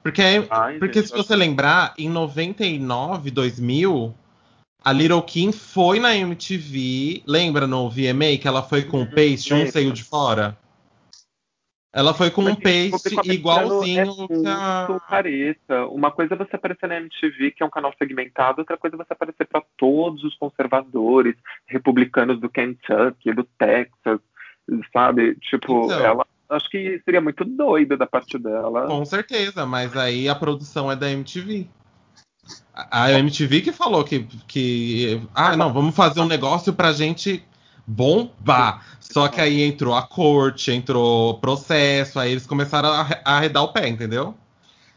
Porque, é-
Ai,
porque
gente,
se
eu acho-
você lembrar, em 99, 2000, a Little Kim foi na MTV. Lembra no VMA que ela foi com o peixe, um
lembro.
saiu de fora? Ela foi com
Mas
um
isso,
peixe
porque
igualzinho
é
que a.
muito careta. Uma coisa é você aparecer na MTV, que é um canal segmentado, outra coisa é você aparecer para todos os conservadores, republicanos do Kentucky, do Texas, sabe? Tipo,
Então.
ela. Acho que seria muito doido da parte dela.
Com certeza, mas aí a produção é da MTV. A a MTV que falou que, que. Ah, não, vamos fazer um negócio pra gente bombar. Só que aí entrou a corte, entrou processo, aí eles começaram a arre- a arredar o pé, entendeu?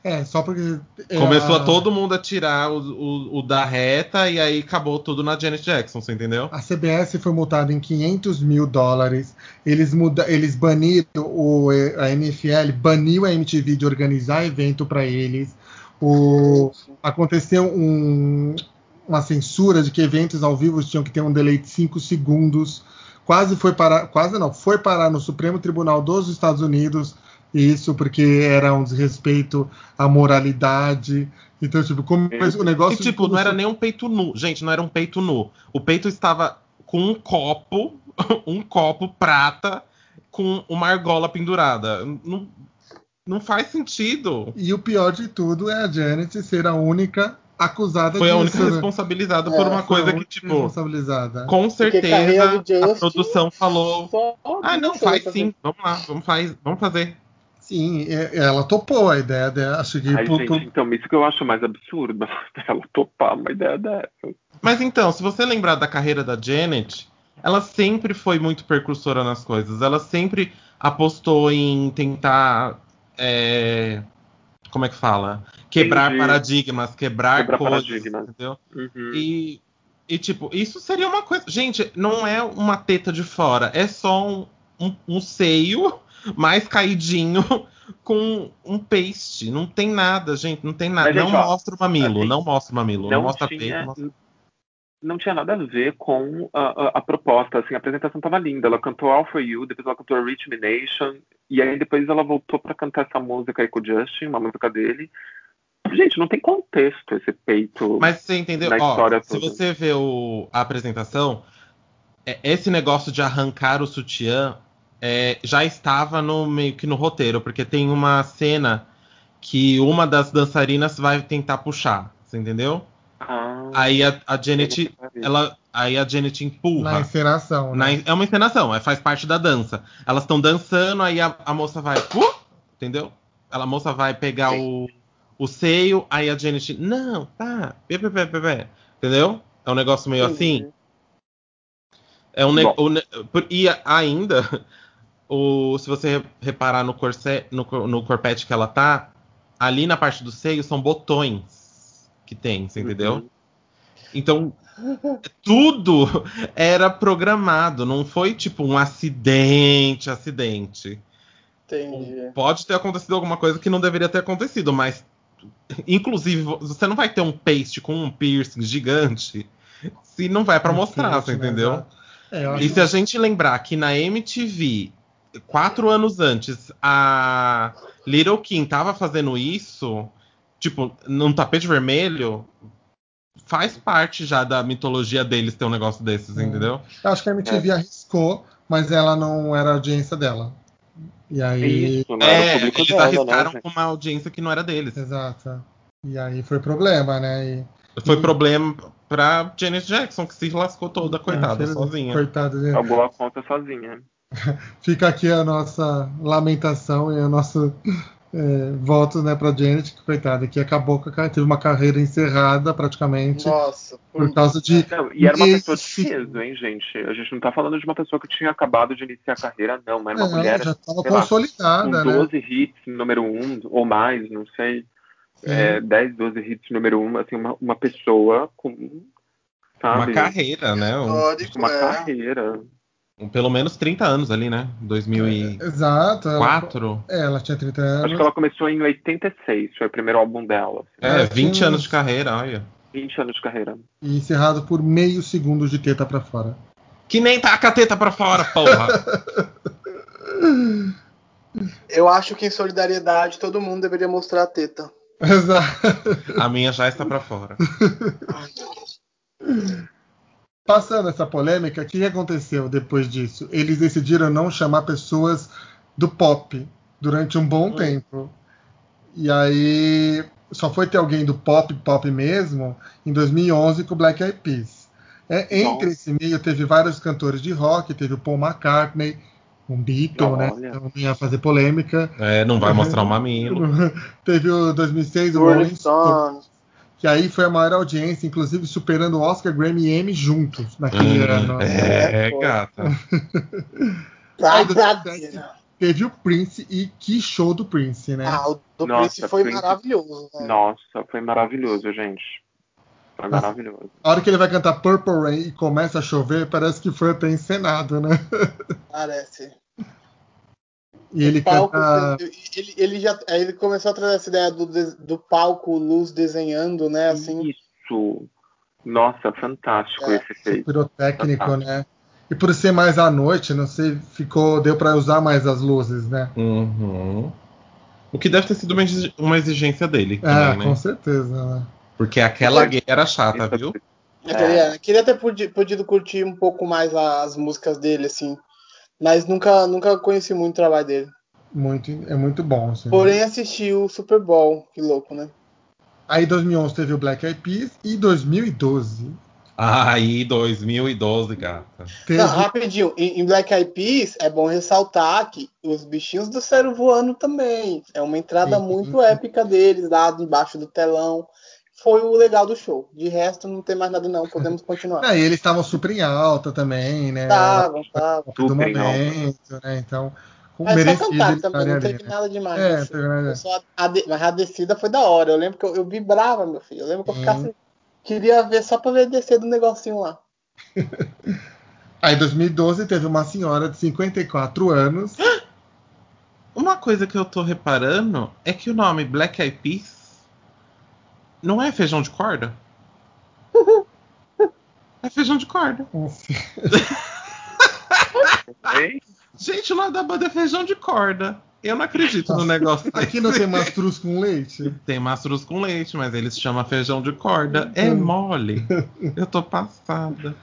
É, só porque.
Começou
ela-
todo mundo a tirar o, o- o da reta e aí acabou tudo na Janet Jackson, você entendeu?
A CBS foi multada em 500 mil dólares. Eles, muda, eles baniram o, a NFL, baniu a MTV de organizar evento para eles. O, aconteceu um- uma censura de que eventos ao vivo tinham que ter um delay de 5 segundos. Quase foi parar, quase não, foi parar no Supremo Tribunal dos Estados Unidos. Isso porque era um desrespeito à moralidade. Então, tipo, como mas o negócio.
E tipo, não era nem um peito nu. Gente, não era um peito nu. O peito estava com um copo, [LAUGHS] um copo prata, com uma argola pendurada. Não, não faz sentido.
E o pior de tudo é a Janet ser a única acusada
Foi a
disso,
única
né?
responsabilizada
É,
por
Foi a
uma coisa que,
única
tipo,
responsabilizada.
com
carreira
certeza
do Justin-
a produção falou.
Só
Ah, não,
disso
faz
nessa
sim. Vamos lá, vamos, faz, vamos fazer.
Sim, e- ela topou a ideia dela. Acho que
Ai,
por-
gente,
por-
então, isso que eu acho mais absurdo. [LAUGHS] Ela topar uma ideia dessa.
Mas então, se você lembrar da carreira da Janet, ela sempre foi muito precursora nas coisas. Ela sempre apostou em tentar. é, como é que fala? Quebrar
Entendi.
paradigmas, quebrar,
Quebrar
coisas.
paradigmas.
Entendeu?
Uhum.
E, e, tipo, isso seria uma coisa. Gente, não é uma teta de fora, é só um, um- um seio mais caidinho [LAUGHS] com um paste. Não tem nada, gente. Não tem nada.
Mas, gente,
não
ó,
mostra o mamilo,
assim,
não mostra o mamilo. Não,
não
né? mostra a teta.
tinha,
não mostra-
não tinha nada a ver com a, a- a proposta, assim, a apresentação tava linda, ela cantou All For You, depois ela cantou Rich Me Nation, e aí depois ela voltou pra cantar essa música aí com o Justin, uma música dele. Gente, não tem contexto esse peito.
Mas você entendeu?
na
Ó,
história
se
toda.
você vê o- a apresentação, é- esse negócio de arrancar o sutiã é, já estava no meio que no roteiro, porque tem uma cena que uma das dançarinas vai tentar puxar, você entendeu?
Ah,
Aí a, a
eu não
Janet,
sabia.
ela, aí a Janet
na
empurra.
encenação.
Na
né?
en- é uma encenação, é, faz parte da dança. Elas estão dançando, aí a, a moça vai, "Uh!", entendeu? Ela, a moça vai pegar o, o seio, aí a Janet, não, tá, pé, pé, pé, pé, pé", entendeu? É um negócio meio assim. É um ne-
Bom.
o ne- por- e a- ainda, [LAUGHS] o- se você re- reparar no, corset, no, cor- no corpete que ela tá, ali na parte do seio são botões que tem, você entendeu?
Uhum.
Então, tudo era programado, não foi tipo um acidente, acidente.
Entendi.
Pode ter acontecido alguma coisa que não deveria ter acontecido, mas inclusive vo- você não vai ter um paste com um piercing gigante se não vai pra mostrar, você entendeu?
É, eu acho
E se a gente lembrar que na MTV, quatro anos antes, a Little Kim tava fazendo isso, tipo, num tapete vermelho, faz parte já da mitologia deles ter um negócio desses,
Hum.
entendeu?
Eu acho que a MTV
É.
arriscou, mas ela não era a audiência dela. E aí.
Isso, não era o
É,
público
eles
dela,
arriscaram
né, gente?
com uma audiência que não era deles.
Exato. E aí foi problema, né? E,
Foi problema pra Janet Jackson, que se lascou
É,
toda, coitada,
infeliz-
sozinha.
Coitada. de-
Pagou a conta sozinha.
Fica aqui a nossa lamentação e o nosso é, voto né, para Janet, que coitada, que acabou com a carreira, teve uma carreira encerrada praticamente
Nossa, por-
por causa de.
Não, e era uma
Esse-
pessoa de peso, hein, gente? A gente não tá falando de uma pessoa que tinha acabado de iniciar a carreira, não. Era uma
É,
mulher
já estava
sei lá, com
consolidada, né?
12 hits número 1 ou mais, não sei.
Sim.
É, 10, 12 hits número 1, assim, uma, uma pessoa com, sabe?
Uma carreira, né? Um-
histórico,
Uma
é.
carreira.
um- pelo menos 30 anos ali, né? 2004.
Exato. É, Ela, é, ela tinha 30
Acho
anos.
que ela começou em 86, foi o primeiro álbum dela. assim.
É,
Ela
20
tinha
anos
uns-
de carreira, olha.
20 anos de carreira.
E encerrado por meio segundo de teta para fora. [LAUGHS]
Que nem tá a cateta pra fora, porra.
Eu acho que em solidariedade todo mundo deveria mostrar a teta.
Exato.
a minha já está pra fora.
Passando essa polêmica, o que que aconteceu depois disso? Eles decidiram não chamar pessoas do pop durante um bom tempo. E aí só foi ter alguém do pop, pop mesmo, em 2011 com o Black Eyed Peas. É, entre esse meio teve vários cantores de rock, teve o Paul McCartney, um Beatle, né?
Olha.
Não ia fazer polêmica. [LAUGHS]
É, não vai mostrar o mamilo.
Teve o 2006 o
um
Rolling
Rolling
Stones.
que aí foi a maior audiência, inclusive superando Oscar, Grammy e Emmy juntos naquele ano.
É,
É, pô.
gata.
Tá,
Ai, do-
né?
Brincadeira.
Teve o Prince e que show do Prince, né?
Ah, o do
Nossa,
Prince foi
Prince.
maravilhoso. Né?
Nossa, foi maravilhoso, gente. Foi
Nossa.
maravilhoso.
A hora que ele vai cantar Purple Rain e começa a chover, parece que foi até encenado, né?
Parece.
E ele
palco,
canta.
ele, ele já aí ele começou a trazer essa ideia do, des- do palco, luz desenhando, né? Assim,
Isso. Nossa, fantástico
É,
esse efeito.
pirotécnico, né? E por ser mais à noite, não sei, ficou, deu pra usar mais as luzes, né?
Uhum. O que deve ter sido uma exi- uma exigência dele
Ah,
também, né?
com certeza, né?
Porque aquela gay era chata,
Essa-
viu?
eu
É.
queria, queria ter podi- podido curtir um pouco mais a- as músicas dele, assim. Mas nunca, nunca conheci muito o trabalho dele.
Muito, é muito bom. Assim.
Porém, assisti o Super Bowl, que louco, né?
Aí 2011 teve o Black Eyed Peas e 2012
Aí, 2012, gata.
teve
Não, rapidinho, em, em Black Eyed Peas é bom ressaltar que os bichinhos do cérebro voando também. É uma entrada
Sim.
muito épica deles, lá embaixo do telão. Foi o legal do show. De resto, não tem mais nada não, podemos
[LAUGHS]
continuar.
Ah, e eles estavam super em alta também, né?
Estavam, estavam.
do
Super em alta.
momento, né? Então, com
Mas só
merecido
cantaram
eles
também,
estarem
não
ali.
teve
né?
nada demais.
É,
assim.
teve nada.
Foi só a de- Mas a descida foi da hora. Eu lembro que eu, eu vibrava, meu filho. Eu lembro que eu
Sim.
ficasse. Queria ver só pra ver descer do negocinho lá.
Aí, em 2012, teve uma senhora de 54 anos.
Uma coisa que eu tô reparando é que o nome Black Eyed Peas não é feijão de corda? É feijão de corda.
Ei,
Gente, o nome da banda é feijão de corda. Eu não acredito no negócio
um Aqui
desse.
não tem mastruz com leite?
Tem mastruz com leite, mas eles chamam feijão de corda. É
Uhum.
mole. Eu tô passada.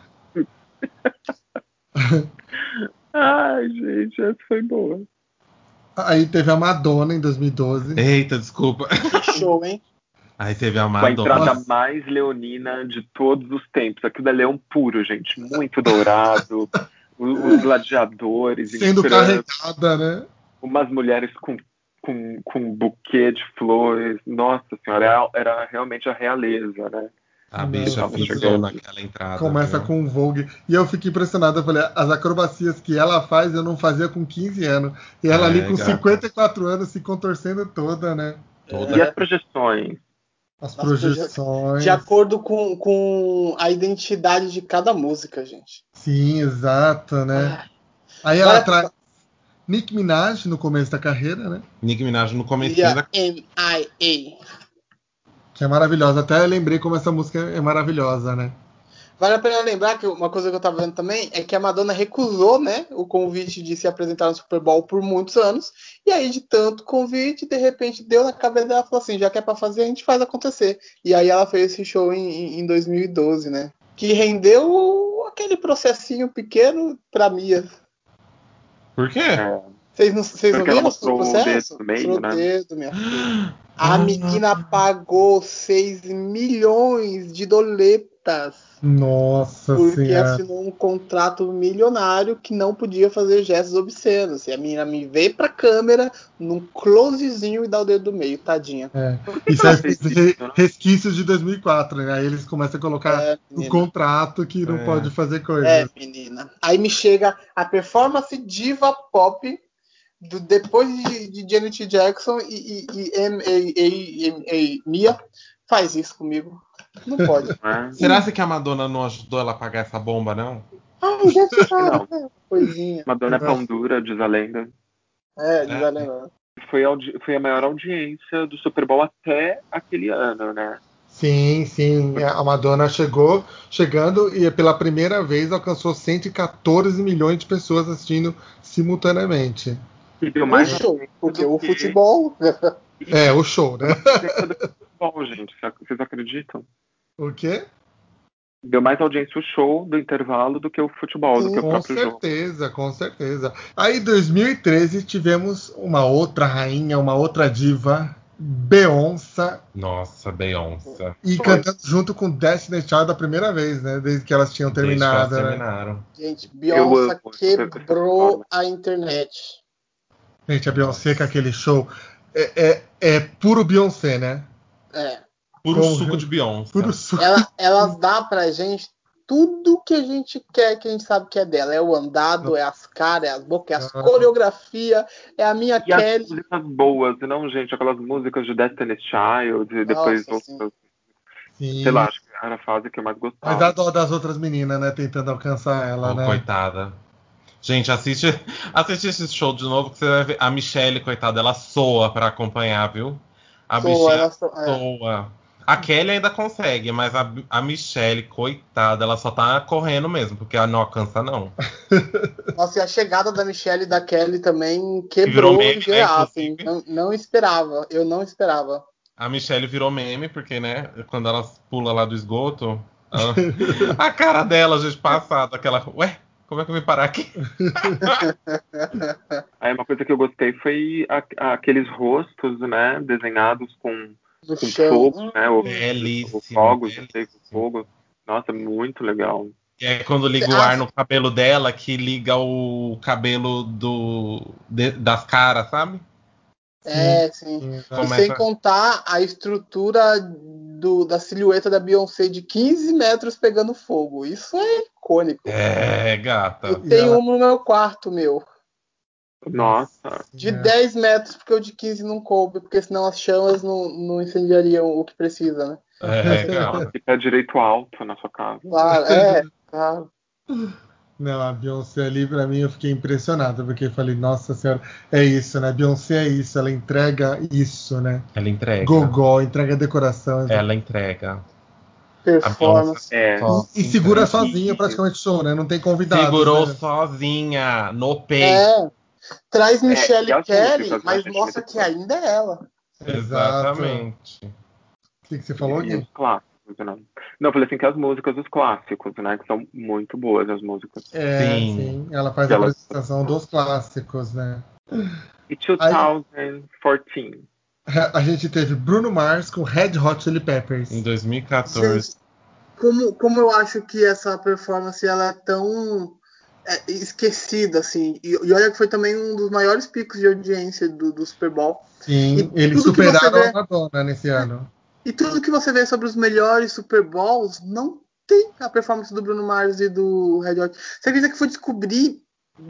Ai, gente, essa foi boa.
Aí teve a Madonna em 2012.
Eita, desculpa.
Que show, hein?
Aí teve a
Com a entrada
Madonna.
mais leonina de todos os tempos. Aquilo é leão puro, gente. Muito dourado. o- Os gladiadores
Sendo
entrando,
carregada, né?
umas mulheres com, com, com um buquê de flores. Nossa senhora, era, era realmente a realeza, né?
A bicha
Nossa,
pisou
chegando.
naquela entrada.
Começa
viu?
com o Vogue. E eu fiquei impressionado. Eu falei, as acrobacias que ela faz eu não fazia com 15 anos. E ela
É,
ali com
gata.
54 anos se contorcendo toda, né?
Toda
E as projeções?
As
As proje-
projeções.
De acordo com, com a identidade de cada música, gente.
Sim, exato, né? Aí
Vai
ela
pra-
traz Nick Minaj no começo da carreira, né?
Nicki Minaj no começo
E a
da...
M.I.A.
Que é maravilhosa. Até lembrei como essa música é maravilhosa, né?
Vale a pena lembrar que uma coisa que eu tava vendo também é que a Madonna recusou, né, o convite de se apresentar no Super Bowl por muitos anos. E aí, de tanto convite, de repente deu na cabeça dela e falou assim: já que é pra fazer, a gente faz acontecer. E aí ela fez esse show em, em- em 2012, né? Que rendeu aquele processinho pequeno pra Mia.
Por quê?
É.
Vocês não, vocês não
Porque
viram
ela
o
mostrou o dedo
processo?
no meio,
Mostrou o
né?
dedo, minha filha. A menina pagou 6 milhões de doletas.
Nossa
porque
senhora.
assinou um contrato milionário que não podia fazer gestos obscenos. E a menina me veio pra câmera num closezinho e dá o dedo do meio, tadinha.
É.
Por que
Isso
que
é
ela fez
re-
isso, né?
resquícios de 2004, né? Aí eles começam a colocar
É,
o
menina.
contrato que não
É.
pode fazer
É,
coisas.
menina. Aí me chega a performance diva pop do, depois de, de Janet Jackson e, e, e M.A.A. Mia faz isso comigo. Não pode.
Né?
Será que a Madonna não ajudou ela a pagar essa bomba, não?
Ai, deve ser uma né? coisinha.
Madonna é pão dura, diz a lenda.
É, de lembrar.
Foi, a audi- foi a maior audiência do Super Bowl até aquele ano, né?
Sim, sim. A Madonna chegou, chegando e pela primeira vez alcançou 114 milhões de pessoas assistindo simultaneamente.
E deu mais
o show, porque o futebol.
É, o show, né?
Bom, gente, vocês acreditam?
O quê?
Deu mais audiência o show do intervalo do que o futebol, do que o
Com
próprio jogo.
certeza, com certeza. Aí, em 2013, tivemos uma outra rainha, uma outra diva, Beyoncé,
Nossa, Beyoncé.
e
Foi.
cantando junto com Destiny Child a primeira vez, né? Desde que elas tinham
Desde que elas
terminado, né?
terminaram.
Gente,
Eu amo
Beyoncé
essa
quebrou
performance.
a internet.
Gente, a Beyoncé com aquele show é, é, é puro Beyoncé, né?
É.
Puro
Com-
um suco de Beyoncé.
É.
Puro suco.
Ela, ela dá pra gente tudo que a gente quer, que a gente sabe que é dela. É o andado, é as caras, é as bocas, é as
Ah.
Não.
coreografia, é a minha
E as
Kelly.
músicas boas, e não, gente, aquelas músicas de Destiny's Child e depois
Nossa, sim.
outras,
Sim.
sei lá, acho que era a fase que eu mais gostava.
Mas dá dó das outras meninas, né? Tentando alcançar ela,
Oh,
né?
Coitada. Gente, assiste, [LAUGHS] assiste esse show de novo que você vai ver. A Michelle, coitada, ela soa pra acompanhar, viu? A
Sou,
Michelle
ela sou- é.
soa. A Kelly ainda consegue, mas a, a Michelle, coitada, ela só tá correndo mesmo, porque ela não alcança, não.
Nossa, e a chegada da Michelle e da Kelly também
Virou
quebrou
meme,
em geral,
né,
assim.
inclusive.
Não, não esperava, eu não esperava.
A Michelle virou meme, porque, né, quando ela pula lá do esgoto,
[LAUGHS]
ela- a cara dela, gente, passada, aquela. Ué, como é que eu vim parar aqui?
Aí uma coisa que eu gostei foi a- aqueles rostos, né, desenhados com,
Do
com
show.
fogo, né, o,
Belíssimo,
o fogo,
belíssimo.
o fogo. Nossa, muito legal.
E é quando liga o
Ah.
ar no cabelo dela que liga o cabelo do, de- das caras, sabe?
É, sim. E
Começa-
sem contar a estrutura do- da silhueta da Beyoncé de 15 metros pegando fogo. Isso é icônico.
É, gata.
Eu tenho
ela-
um no meu quarto, meu.
Nossa,
Assim,
De
É. né?
10 metros, porque o de 15 não coube, porque senão as chamas não, não incendiariam o que precisa, né?
É,
[LAUGHS]
gata.
fica direito alto na sua casa.
Claro, é, claro.
Não, a Beyoncé ali, pra mim, eu fiquei impressionado, porque eu falei, nossa senhora, é isso, né? Beyoncé é isso, ela entrega isso, né?
Ela entrega.
Gogó, entrega decoração.
Ela entrega.
Performance.
É,
Só
E, e segura
entrega.
sozinha praticamente o show, né? Não tem convidado.
Segurou
né?
sozinha, no peito.
É. Traz Michelle
e as
Kelly,
músicas, né,
mas
gente?
mostra que ainda é ela.
Exatamente.
O que, que você falou,
e
Gui?
os clássicos, né? Não, eu falei assim que as músicas, os clássicos, né, que são muito boas as músicas.
É,
Sim.
sim. Ela faz a
Ela-
apresentação dos clássicos, né?
E 2014.
A gente teve Bruno Mars com Red Hot Chili Peppers.
Em 2014.
Gente, como, como eu acho que essa performance ela é tão é, esquecida, assim. E, e olha que foi também um dos maiores picos de audiência do, do Super Bowl.
Sim,
E
eles
tudo que você
superaram
vê-
a Madonna nesse ano.
E tudo que você vê sobre os melhores Super Bowls não tem a performance do Bruno Mars e do Red Hot. Você acredita que foi descobrir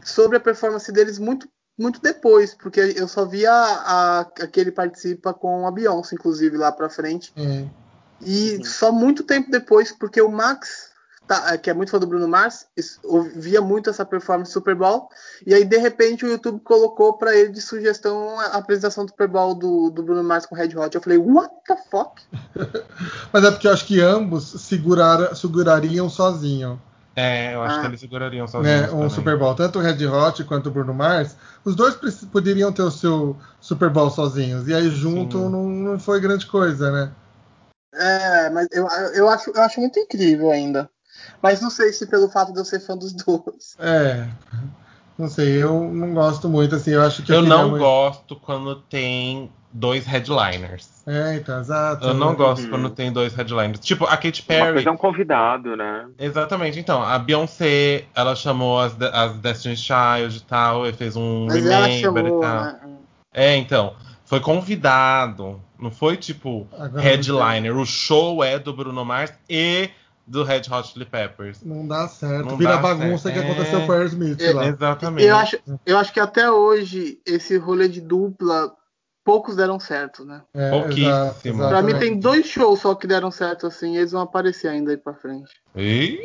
sobre a performance deles muito muito depois, porque eu só via a, a que ele participa com a Beyoncé, inclusive, lá pra frente.
É.
E
Uhum.
só muito tempo depois, porque o Max, tá, que é muito fã do Bruno Mars, es- ouvia muito essa performance do Super Bowl, e aí de repente o YouTube colocou pra ele de sugestão a a apresentação do Super Bowl do, do Bruno Mars com Red Hot. Eu falei, what the fuck?
Mas é porque eu acho que ambos seguraram, segurariam sozinho.
É, eu acho
Ah.
que eles segurariam sozinhos.
né, um
também.
Super Bowl, tanto o Red Hot quanto o Bruno Mars, os dois preci- poderiam ter o seu Super Bowl sozinhos. E aí junto
Sim.
não, não foi grande coisa, né?
É, mas eu, eu, acho, eu acho muito incrível ainda. Mas não sei se pelo fato de eu ser fã dos dois.
É. Não sei, eu não gosto muito, assim, eu acho que
Eu
queria
não
muito-
gosto quando tem dois headliners.
É, então, exato.
Eu
Uhum.
não gosto
Hum.
quando tem dois headliners. Tipo, a Katy
Uma
Perry.
coisa é um convidado, né?
Exatamente, então, a Beyoncé, ela chamou as, de- as Destiny's Child e tal, e fez um
Mas ela
Remember
chamou,
e tal.
né?
É, então, foi convidado, não foi tipo
Agora,
headliner. O show é do Bruno Mars e do Red Hot Chili Peppers.
Não dá certo.
Não
Vira
dá
a bagunça
certo.
que aconteceu
É.
com o Aerosmith
É,
lá.
Exatamente.
Eu acho, eu acho que até hoje esse rolê de dupla, poucos deram certo, né?
É,
pouquíssimo.
exato,
Pra mim
exatamente.
tem dois shows só que deram certo assim, e eles vão aparecer ainda aí pra frente.
Ih,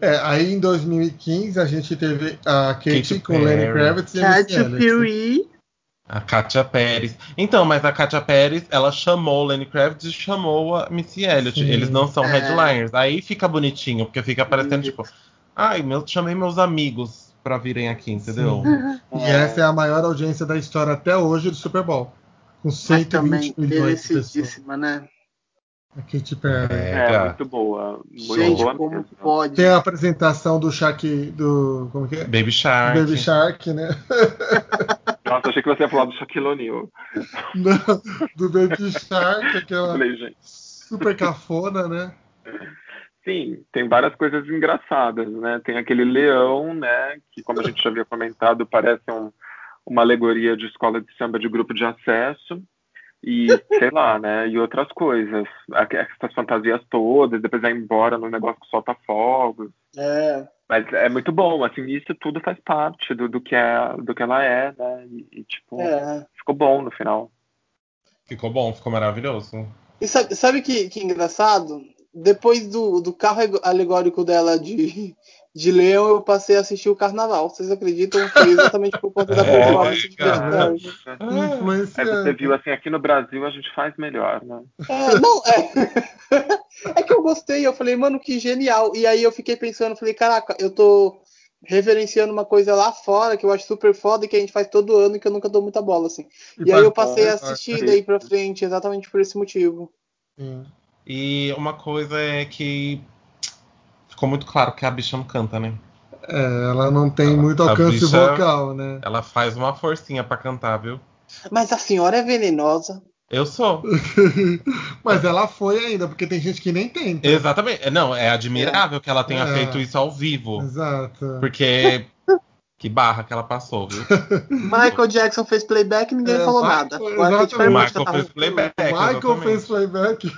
É, aí em 2015 a gente teve a Katy
Katy
com Lenny
Perry.
Kravitz e
Cat
MC Alex.
Fury
A Katia Pérez. Então, mas a Katia Pérez, ela chamou o Lenny Kravitz e chamou a Missy Elliott.
Sim.
Eles não são
É.
headliners. Aí fica bonitinho, porque fica parecendo
Isso.
tipo, ai, meu, chamei meus amigos pra virem aqui, entendeu?
E essa é a maior audiência da história até hoje do Super Bowl. Com
Mas também
120 milhões de pessoas.
merecidíssima, né?
A Katy Perry.
É,
É,
gata.
muito boa. Muito né?
Gente,
boa
como
mesmo.
pode?
Tem a apresentação do Shaq do. Como que é?
Baby Shark.
Baby Shark, né? [LAUGHS]
Nossa, achei que você ia falar do Shaquille O'Neal.
Não, do Baby Shark,
[LAUGHS]
aquela
Falei, gente.
super cafona, né?
Sim, tem várias coisas engraçadas, né? Tem aquele leão, né? Que, como a gente já havia comentado, parece um- uma alegoria de escola de samba de grupo de acesso. E, sei lá, né? E outras coisas. Aqu- Essas fantasias todas, depois vai embora no negócio que solta fogos.
É.
Mas é muito bom, assim, isso tudo faz parte do, do, que, é, do que ela é, né? E, e, tipo,
é.
ficou bom no final.
Ficou bom, ficou maravilhoso.
E sabe, sabe que, que engraçado? Depois do, do carro ego- alegórico dela de, de leão, eu passei a assistir o carnaval. Vocês acreditam? Foi exatamente por conta da
Olha,
performance de
cara.
Bertrand.
Ah,
Aí você
Influenciando.
viu, assim, aqui no Brasil a gente faz melhor, né?
É, não, é. É que eu gostei, eu falei, mano, que genial. E aí eu fiquei pensando, falei, caraca, eu tô reverenciando uma coisa lá fora que eu acho super foda e que a gente faz todo ano e que eu nunca dou muita bola, assim.
um-
E, aí eu passei a assistir daí pra frente, exatamente por esse motivo.
Sim.
E uma coisa é que ficou muito claro que a bicha não canta, né?
É, ela não tem muito
a
alcance
bicha-
vocal, né?
Ela faz uma forcinha pra cantar, viu?
Mas a senhora é venenosa.
[LAUGHS]
Eu sou.
Mas ela foi ainda, porque tem gente que nem tenta.
Exatamente. Não, é admirável que ela tenha
É.
feito isso ao vivo.
Exato. [LAUGHS]
Porque. que barra que ela passou, viu?
Michael Jackson fez playback e ninguém
É,
falou
Michael-
nada. Agora é
exatamente.
O
diferente,
Michael
tá?
fez playback.
o Michael
é, exatamente.
fez playback.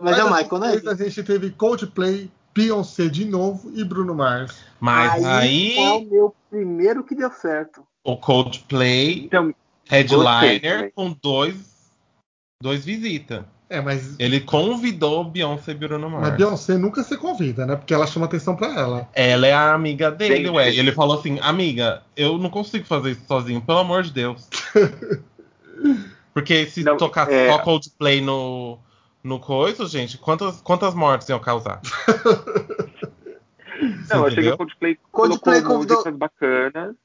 Mas é o
dessa
Michael, né?
vez assim, A gente teve Coldplay, Beyoncé de novo e Bruno Mars.
Mas aí,
então,
é o meu primeiro que deu certo.
o Coldplay,
Então, gostei
headliner,
também.
com dois, dois visitas.
É, mas,
Ele convidou Beyoncé e Bruno Mars.
mas Beyoncé nunca se convida, né? Porque ela chama atenção pra ela.
Ela é a amiga dele,
Gente.
ué. E ele falou assim: Amiga, eu não consigo fazer isso sozinho, pelo amor de
[LAUGHS]
Deus. Porque se
Não,
tocar
é-
só Coldplay no, no coisa, gente, quantas, quantas mortes iam
[LAUGHS]
causar?
Não, eu achei que
entendeu?
o Coldplay,
Coldplay
colocou
convidou-
músicas bacanas,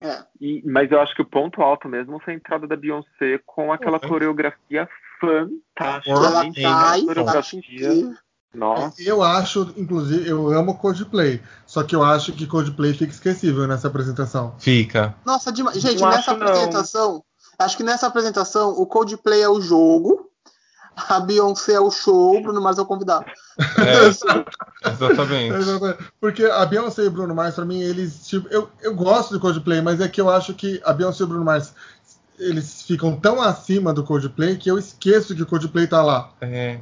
É.
e- mas eu acho que o ponto alto mesmo foi a entrada da Beyoncé com aquela
Foi.
coreografia fantástica.
Ela
gente,
cai,
a
ela
coreografia, nossa.
Eu acho, inclusive, eu amo Coldplay. Só que eu acho que Coldplay fica esquecível nessa apresentação.
[LAUGHS]
Fica.
Nossa, demais. Gente,
Não
nessa
acho, não.
apresentação, acho que nessa apresentação o Coldplay é o jogo, a Beyoncé é o show, o Bruno Mars é o convidado.
É, exatamente.
Exatamente. Porque a Beyoncé e o Bruno Mars, pra mim, eles. Tipo, eu, eu gosto do Coldplay, mas é que eu acho que a Beyoncé e o Bruno Mars eles ficam tão acima do Coldplay que eu esqueço que o Coldplay tá lá.
É.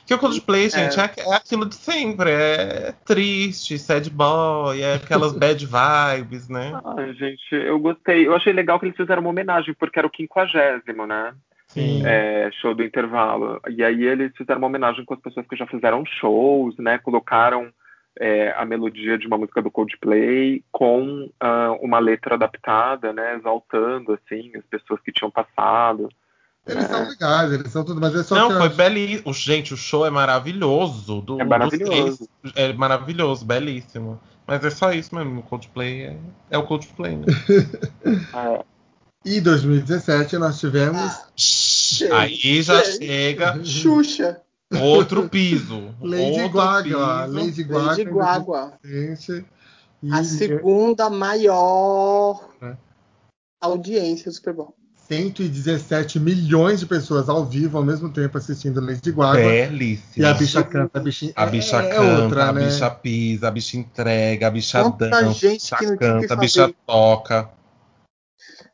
Porque o Coldplay, gente, é. aqu- é aquilo de sempre. É triste, sad boy, é aquelas bad vibes, né?
Ai, gente, eu gostei. Eu achei legal que eles fizeram uma homenagem, porque era o quinquagésimo, né?
Sim.
É, show do intervalo. E aí eles fizeram uma homenagem com as pessoas que já fizeram shows, né? Colocaram é, a melodia de uma música do Coldplay com ah, uma letra adaptada, né? Exaltando, assim, as pessoas que tinham passado.
Eles
É.
são legais, eles são tudo, mas é só
não,
que eu
foi
acho-
belíssimo. Gente, o show é maravilhoso. Do,
É
dos
maravilhoso.
três, é maravilhoso, belíssimo. Mas é só isso mesmo. O Coldplay é, é o Coldplay, né?
É.
E 2017 nós tivemos
Ah.
Aí já
Gente.
chega
Uhum. Xuxa,
outro piso.
Lady
outro
Gaga,
piso.
Lady Gaga,
Lady Gaga,
Gente, e
a segunda maior
né? É.
audiência do Super Bowl.
117 milhões de pessoas ao vivo ao mesmo tempo assistindo Lady Gaga.
Belíssimo.
E a bicha canta, a bichinha.
É, A bicha
é, é
canta,
outra,
a
né?
bicha pisa, a bicha entrega, a bicha
Quanta
dança,
gente
a
que não tinha
bicha
o que
canta, a bicha
fazer.
toca.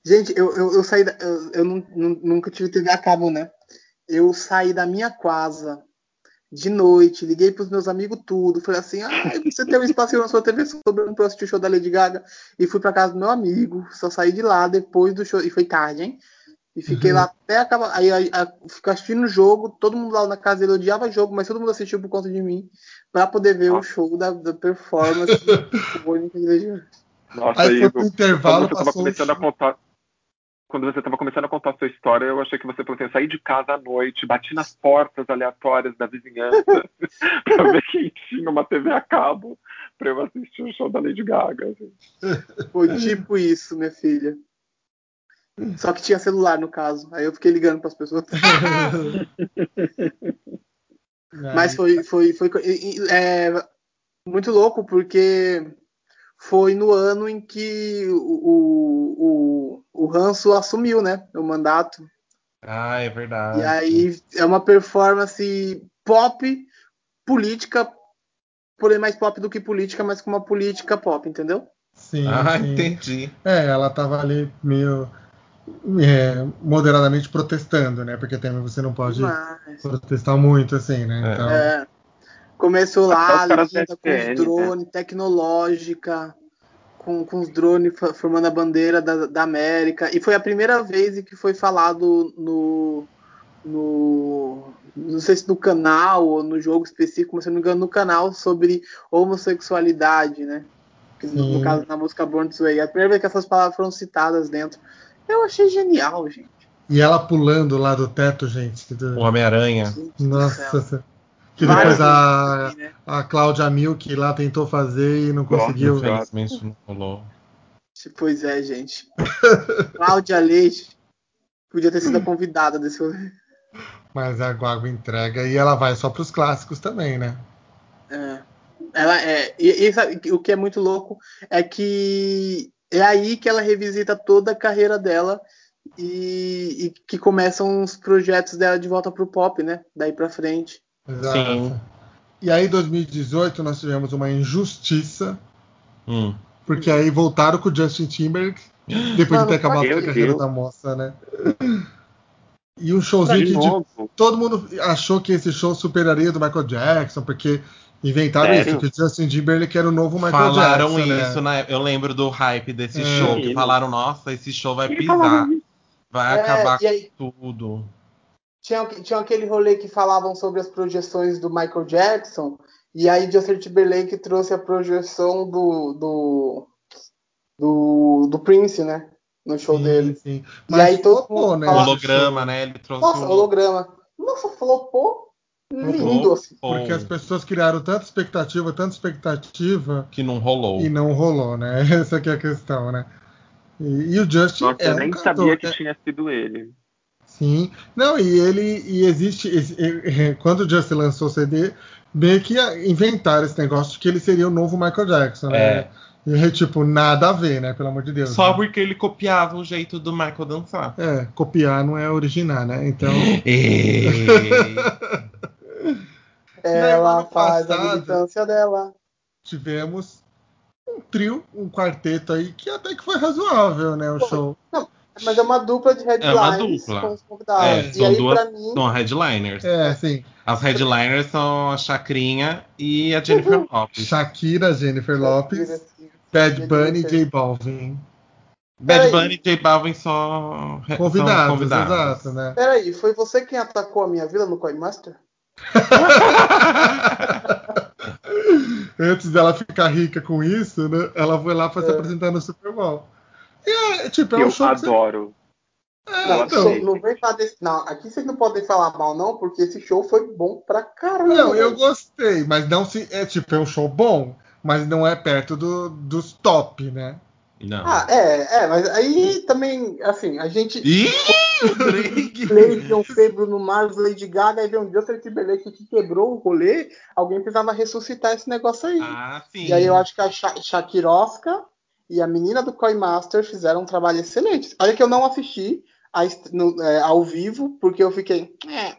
Gente, eu, eu, eu saí da, eu, eu nun- nun- nunca tive TV a cabo, né? Eu saí da minha casa de noite, liguei pros meus amigos tudo, falei assim, ah, você tem um espaço na sua TV sobrando pra eu assistir o show da Lady Gaga e fui pra casa do meu amigo, só saí de lá depois do show, e foi tarde, hein? E fiquei
Uhum.
lá até acabar, aí, aí, aí fiquei assistindo o jogo, todo mundo lá na casa, ele odiava jogo, mas todo mundo assistiu por conta de mim, pra poder ver o show da, da performance. icônica de Lady Gaga.
Nossa,
Aí foi
aí,
pro
eu,
intervalo,
eu tava
passou.
começando a
um-
contar. quando você estava começando a contar a sua história, eu achei que você falou assim, eu saí de casa à noite, bati nas portas aleatórias da vizinhança [LAUGHS] para ver quem tinha uma TV a cabo para eu assistir o show da Lady Gaga. Assim.
Foi tipo isso, minha filha. Só que tinha celular no caso, aí eu fiquei ligando para as pessoas.
né?
Mas foi, foi, foi é, muito louco porque foi no ano em que o, o, o Hanso assumiu, né? O mandato.
Ah, é verdade.
E aí é uma performance pop, política, porém mais pop do que política, mas com uma política pop, entendeu?
Sim.
Ah,
sim.
entendi.
É, ela tava ali meio é, moderadamente protestando, né? Porque também você não pode
Mas,
protestar muito, assim, né?
É.
Então,
é. Começou lá,
Até os caras
Legenda
do
com os
SPN,
drones, tecnológica, com, com os drones fa- formando a bandeira da, da América. E foi a primeira vez em que foi falado no, no. Não sei se no canal ou no jogo específico, mas se eu não me engano, no canal sobre homossexualidade, né? Que no, no
Sim.
caso, na música Born This Way. É a primeira vez que essas palavras foram citadas dentro. Eu achei genial, gente.
E ela pulando lá do teto, gente. que do-
O Homem-Aranha.
Gente do
É. Nossa.
céu.
se- Que
Várias
depois a,
músicas, né?
a Cláudia Milk lá tentou fazer e não
Nossa,
conseguiu.
cara.
Infelizmente não rolou.
Pois é, gente. [LAUGHS] Cláudia Leite podia ter sido a convidada desse rolê.
Mas a Guago entrega e ela vai só pros clássicos também, né?
É. Ela é. E, e sabe o que é muito louco é que é aí que ela revisita toda a carreira dela e, e que começam os projetos dela de volta pro pop, né? Daí pra frente.
Exato.
Sim.
E aí, em 2018, nós tivemos uma injustiça,
Hum.
porque aí voltaram com o Justin Timberlake, depois
Mano,
de ter acabado com
meu
a carreira
Deus.
da moça, né? E um showzinho
Tá De
que de
novo.
todo mundo achou que esse show superaria do Michael Jackson, porque inventaram
Sério?
isso, que o Justin Timberlake era o novo Michael
Falaram
Jackson. né?
isso, na época. Eu lembro do hype desse
É.
show. Que
Sim.
falaram, nossa, esse show vai
Quem
pisar.
falava isso?
Vai
É,
acabar
e aí?
com tudo.
Tinha, tinha aquele rolê que falavam sobre as projeções do Michael Jackson, e aí Justin Timberlake trouxe a projeção do, do, do, do Prince, né? No show
Sim,
dele.
sim.
E aí todo
flopou,
mundo
né,
fala-
esse
Holograma,
show,
né? Ele trouxe
Nossa,
um-
holograma. Nossa, flopou lindo. Assim.
Ou-
Porque as pessoas criaram tanta expectativa, tanta expectativa,
que não rolou.
e não rolou, né? [LAUGHS] Essa que é a questão, né? E, e o Justin
Nossa,
é
eu
um
nem
cantor,
sabia que
né?
tinha sido ele.
Sim. Não, e ele e existe. esse- eh, eh, Quando o Justin lançou o CD, meio que ah, inventaram esse negócio de que ele seria o novo Michael Jackson, né?
É.
E é tipo, nada a ver, né? Pelo amor de Deus.
Só
né?
porque ele copiava o jeito do Michael dançar.
É, copiar não é originar, né? Então.
Ela
ano
faz a
passado-
militância dela.
tivemos um trio, um quarteto aí que até que foi razoável, né? O
Foi.
show.
Mas é uma dupla de
É uma
headlines
dupla.
com os convidados.
É,
e
são
aí,
duas-
pra mim,
[LAUGHS] São headliners.
É, assim,
As headliners são a Chacrinha e a Jennifer Lopez.
Shakira, Jennifer Lopes, Bad Bunny e J Balvin.
Bad
Peraí.
Bunny e J Balvin só É, são
Convidados,
convidados.
exato, né?
Peraí, foi você quem atacou a minha vila no Coinmaster?
Antes dela ficar rica com isso, né? Ela foi lá pra se
É.
apresentar no Super Bowl. E é, tipo, é
eu
um show que você-
adoro.
É,
Não,
então.
show- não vem falar desse. Não, aqui vocês não podem falar mal, não, porque esse show foi bom pra caramba.
Não, eu gostei, mas não se. É tipo, é um show bom, mas não é perto do- dos top, né?
Não.
Ah, é, é, mas aí também, assim, a gente.
Ih,
[LAUGHS]
Drake!
Clayton, Fê, Bruno Mars, Lady Gaga, e veio um Justin Timberlake que quebrou o rolê, alguém precisava ressuscitar esse negócio aí.
Ah, sim.
e aí eu acho que a Sha Shakirosca e a menina do Coinmaster fizeram um trabalho excelente. Olha que eu não assisti a est- no- é, ao vivo, porque eu fiquei. É.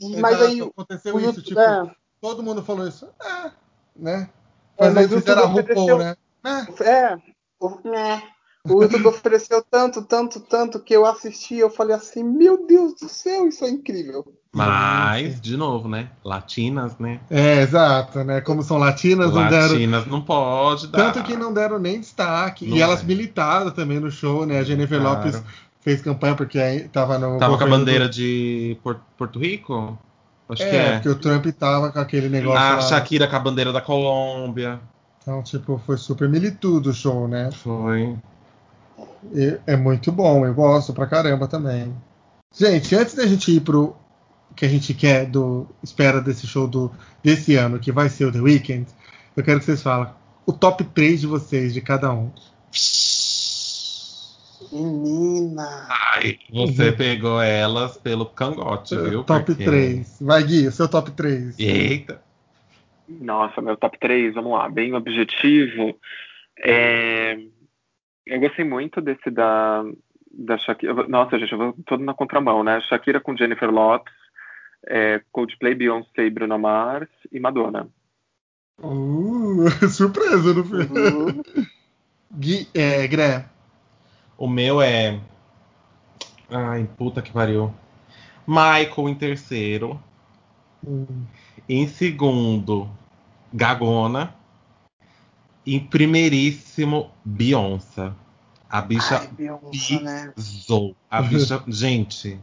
E- Mas
Exato,
aí. o-
aconteceu
o
isso,
YouTube-
tipo,
é,
todo mundo falou isso. É, né?
É,
Mas aí
mas o
fizeram a
YouTube
RuPaul,
ofereceu-
né? Né?
É, o, né, o YouTube ofereceu tanto, tanto, tanto que eu assisti, eu falei assim, meu Deus do céu, isso é incrível.
Mas, de novo, né? Latinas, né?
É, exato, né? Como são latinas, não deram.
Latinas não pode dar.
Tanto que não deram nem destaque.
Não
e elas
é.
militaram também no show, né? A Jennifer
Claro.
Lopes fez campanha porque aí tava no.
Tava com a
governo
bandeira
do-
de Por- Porto Rico? Acho que
É,
é. Ah,
porque o Trump tava com aquele negócio.
A
lá.
Shakira com a bandeira da Colômbia.
Então, tipo, foi super militudo o show, né?
Foi.
E é muito bom, eu gosto pra caramba também. Gente, antes da gente ir pro que a gente quer do espera desse show do desse ano, que vai ser o The Weeknd, eu quero que vocês falem o top 3 de vocês de cada um.
Menina.
Ai, você pegou elas pelo cangote, viu?
Uhum. É, top
Porque-
3. Vai, Gui, o seu top 3.
Eita.
Nossa, meu top 3, vamos lá, bem objetivo. É, Eu gostei muito desse da, da Shakira. eu vou- Nossa, gente, eu vou todo na contramão, né? Shakira com Jennifer Lopez, é, Coldplay, Beyoncé, Bruno Mars e Madonna.
Uh, [LAUGHS] surpresa no filme.
Uhum.
Gui, é, Gré,
O meu é. Ai, puta que pariu. Michael em terceiro.
hum,
Em segundo, Gagona. Em primeiríssimo, Beyoncé. A bicha
Ai, Beyoncé, né?
pisou. A bicha, gente,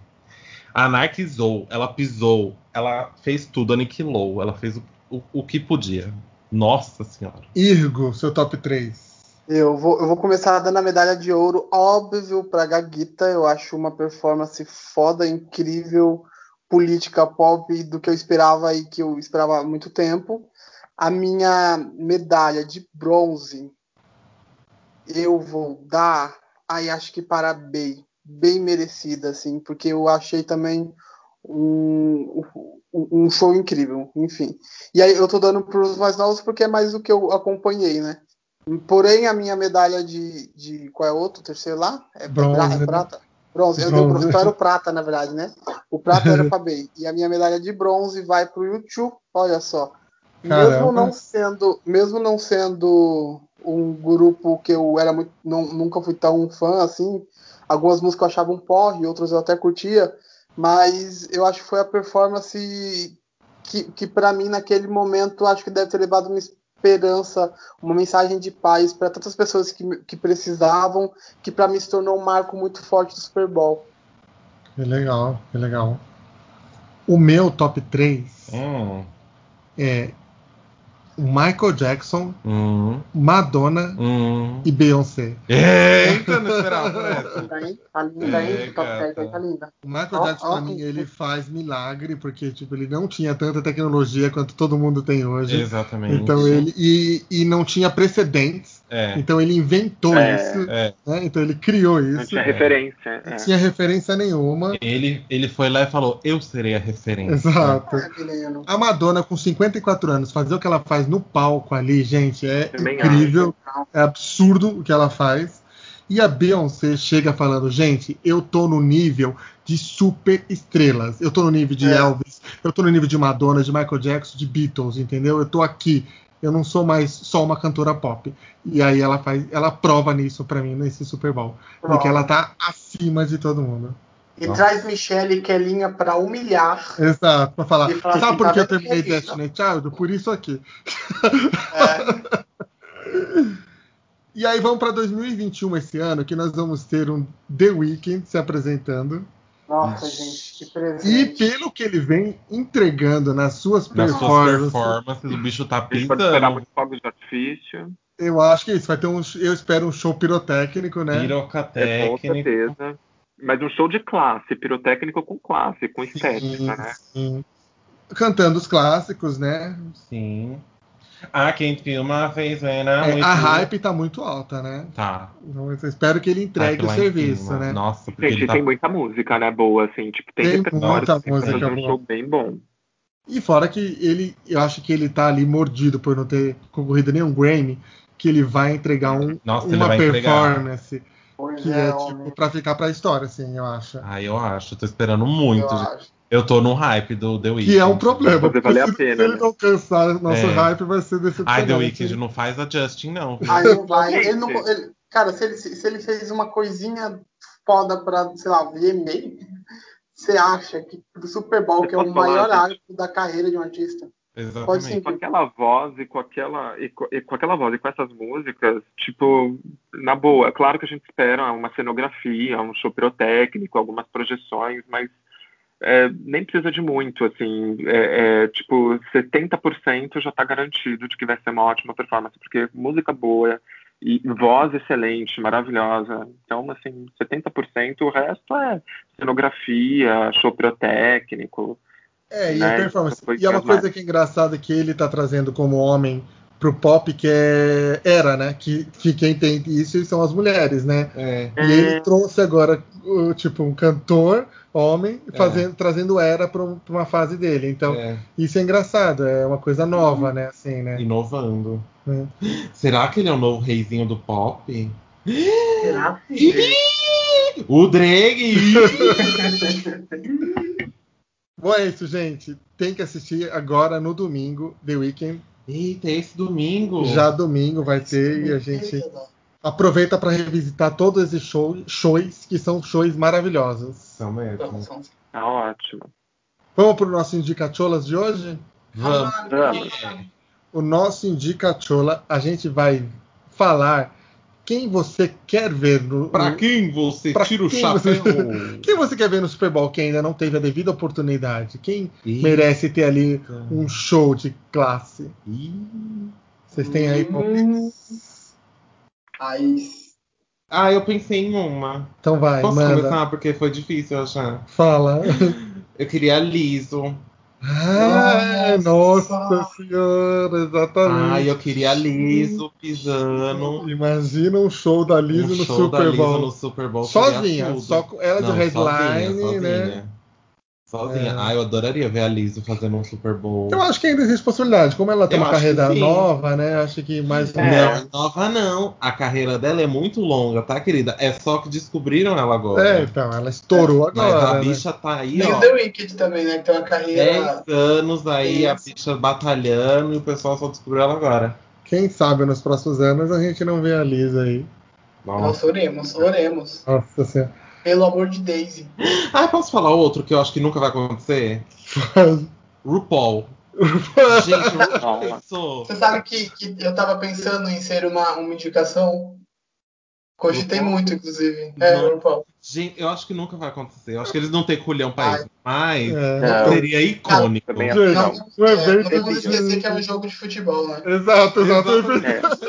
anarquizou, ela pisou, ela fez tudo, aniquilou, ela fez o, o, o que podia. Nossa senhora.
Irgo, seu top 3.
Eu vou, eu vou começar dando a medalha de ouro, óbvio, pra Gaguita. Eu acho uma performance foda, incrível, política pop, do que eu esperava e que eu esperava há muito tempo. A minha medalha de bronze, eu vou dar, aí acho que para a Bey, bem merecida, assim, porque eu achei também um, um- um show incrível, enfim. E aí eu tô dando pros mais novos porque é mais o que eu acompanhei, né? Porém, a minha medalha de, de qual é o outro? Terceiro lá? É
Bronze,
pra- é
né?
prata? Bronze. Eu dei o
Bronze.
bronze, então era o prata, na verdade, né? O prata era pra Bey. E a minha medalha de bronze vai pro YouTube, olha só.
Caramba.
Mesmo não sendo, mesmo não sendo um grupo que eu era muito, não- nunca fui tão fã assim, algumas músicas eu achava um porre, outras eu até curtia, mas eu acho que foi a performance que, que para mim naquele momento acho que deve ter levado uma esperança, uma mensagem de paz para tantas pessoas que, que precisavam, que para mim se tornou um marco muito forte do Super Bowl.
Que É legal, que legal. O meu top 3
Hum,
é o Michael Jackson,
hum,
Madonna
hum.
e Beyoncé.
Eita, não esperava essa.
Tá linda, tá linda,
É,
hein? Tá
cara.
certo, tá linda.
O Michael
Ó,
Jackson,
ó,
pra mim,
que-
ele faz milagre, porque tipo, ele não tinha tanta tecnologia quanto todo mundo tem hoje.
Exatamente.
Então ele e, e não tinha precedentes.
É,
Então ele inventou
É.
isso,
é.
né? Então ele criou
Não
isso.
tinha referência.
Não
é.
tinha referência nenhuma.
Ele, ele foi lá e falou: Eu serei a referência.
Exato.
É, menino.
A Madonna, com 54 anos, fazer o que ela faz no palco ali, gente, é
Também
incrível,
acho.
é absurdo o que ela faz. E a Beyoncé chega falando, gente, eu tô no nível de super estrelas. Eu tô no nível de
É.
Elvis, eu tô no nível de Madonna, de Michael Jackson, de Beatles, entendeu? Eu tô aqui. Eu não sou mais só uma cantora pop. E aí ela faz, ela prova nisso pra mim nesse Super Bowl, porque ela tá acima de todo mundo.
E traz Michelle e Kelinha pra humilhar.
Exato, pra falar.
E fala
Sabe
assim,
por
tá
que eu
vendo que é
terminei
isso?
Destiny Child? Por isso aqui.
É,
[LAUGHS] E aí vamos para 2021 esse ano, que nós vamos ter um The Weeknd se apresentando.
Nossa, gente, que
E
presente.
pelo que ele vem entregando nas suas
Nas suas
performances,
performances, o bicho tá
A gente pode
então.
esperar
pisando.
muito fogos de artifício.
eu acho que é isso vai ter um, eu espero um show pirotécnico, né?
Piroca
É, com
técnica.
certeza. Mas um show de classe, pirotécnico com classe, com estética, né?
sim. Cantando os clássicos, né?
Sim. Ah, quem filma fez Vena.
É, a hype tá muito alta, né?
Tá.
Então, eu espero que ele entregue
Hype
o
lá em
serviço,
cima.
né?
Nossa, porque
Gente,
ele tá...
tem muita música, né? Boa, assim, tipo, tem,
Tem
repertório,
muita
assim, pra
música
fazer um
boa.
show bem bom.
E fora que ele, eu acho que ele tá ali mordido por não ter concorrido nenhum Grammy, que ele vai entregar um,
Nossa, ele
uma
vai entregar.
performance
Pois
Que é,
homem,
tipo pra ficar pra história, assim, eu acho.
Ah, eu acho. Tô esperando
eu
muito. gente.
acho.
Eu tô no hype do The Weeknd.
Que é um problema.
Fazer valer a
se,
pena,
se ele
né?
não alcançar o nosso
É.
hype, vai ser decepcionante.
Ai, The Weeknd não faz a Justin, não.
[LAUGHS]
viu?
Aí não vai.
Gente.
Ele não, ele- cara, se ele, se ele fez uma coisinha foda pra, sei lá, VMA, você acha que o Super Bowl, que é o
Posso falar,
maior
gente?
arco da carreira de um artista, pode
Exatamente.
sim.
Com aquela voz e com aquela, e co- e com aquela voz e com essas músicas, tipo, na boa, é claro que a gente espera uma cenografia, um show pirotécnico, algumas projeções, mas é, nem precisa de muito, assim, é, é, tipo, 70% já tá garantido de que vai ser uma ótima performance, porque música boa, E voz excelente, maravilhosa. Então, assim, 70%, o resto é cenografia, show pirotécnico.
É, e né? a performance. E é uma coisa que é engraçada que ele está trazendo como homem pro pop que é era, né? Que, que quem tem isso são as mulheres, né? É. E ele trouxe agora, tipo, um cantor homem fazendo, é. trazendo era para uma fase dele. Então, isso é engraçado, é uma coisa nova, né? Assim, né?
Inovando. Será que ele é o novo reizinho do pop?
Será?
o Drake!
[LAUGHS] Bom, é isso, gente. Tem que assistir agora no domingo, The Weeknd,
Eita, é esse domingo.
Já domingo vai ter e a gente aproveita para revisitar todos esses show, shows que são shows maravilhosos.
São mesmo.
Tá ótimo.
Vamos para o nosso Indicacholas de hoje?
Vamos. Vamos.
O nosso Indicachola, a gente vai falar quem você quer ver no.
Para quem você pra tira o chapéu?
Você, quem você quer ver no Super Bowl que ainda não teve a devida oportunidade? Quem Eita. merece ter ali um show de classe?
Eita.
Vocês têm aí
Hum.
palpites?
Hum.
Ah, eu pensei em uma.
Então vai,
Posso
manda.
começar? Hum. Porque foi difícil achar.
Fala.
Eu queria liso.
Ah, nossa, nossa senhora, exatamente.
Ai, eu queria Liso pisando.
Imagina um show da Liso, um no, show Super da Liso
no, Super Bowl.
Sozinha, só ela de headline,
sozinha,
né?
Sozinha. sozinha. É. Ai, eu adoraria ver a Liso fazendo um Super Bowl.
Então, Eu acho que ainda existe possibilidade. Como ela tem eu uma carreira nova, né? Acho que mais.
É. Não, nova não. A carreira dela é muito longa, tá, querida? É só que descobriram ela agora.
É, então, ela estourou agora.
É, Mas a
né?
bicha tá aí,
Tem
ó.
o The Wicked também, né? Que tem uma carreira.
10 anos aí, a bicha batalhando e o pessoal só descobriu ela agora.
né? Quem sabe nos próximos anos a gente não vê a Lisa aí.
Nossa, oremos, oremos.
Nossa senhora.
Pelo amor de Daisy.
Ah, posso falar outro que eu acho que nunca vai acontecer?
Então,
RuPaul. Gente, RuPaul. pensou.
Você sabe que, que eu tava pensando em ser uma, uma indicação? Cogitei
RuPaul?
muito, inclusive. É,
Não.
RuPaul.
Gente, eu acho que nunca vai acontecer. Eu acho que eles não têm culhão pra
Ai.
isso. Mas
É.
seria icônico.
Também
Gente,
Não,
não é
é, não
bem-
vamos esquecer que é um jogo de futebol,
[LAUGHS]
né?
Exato, exato.
Exatamente.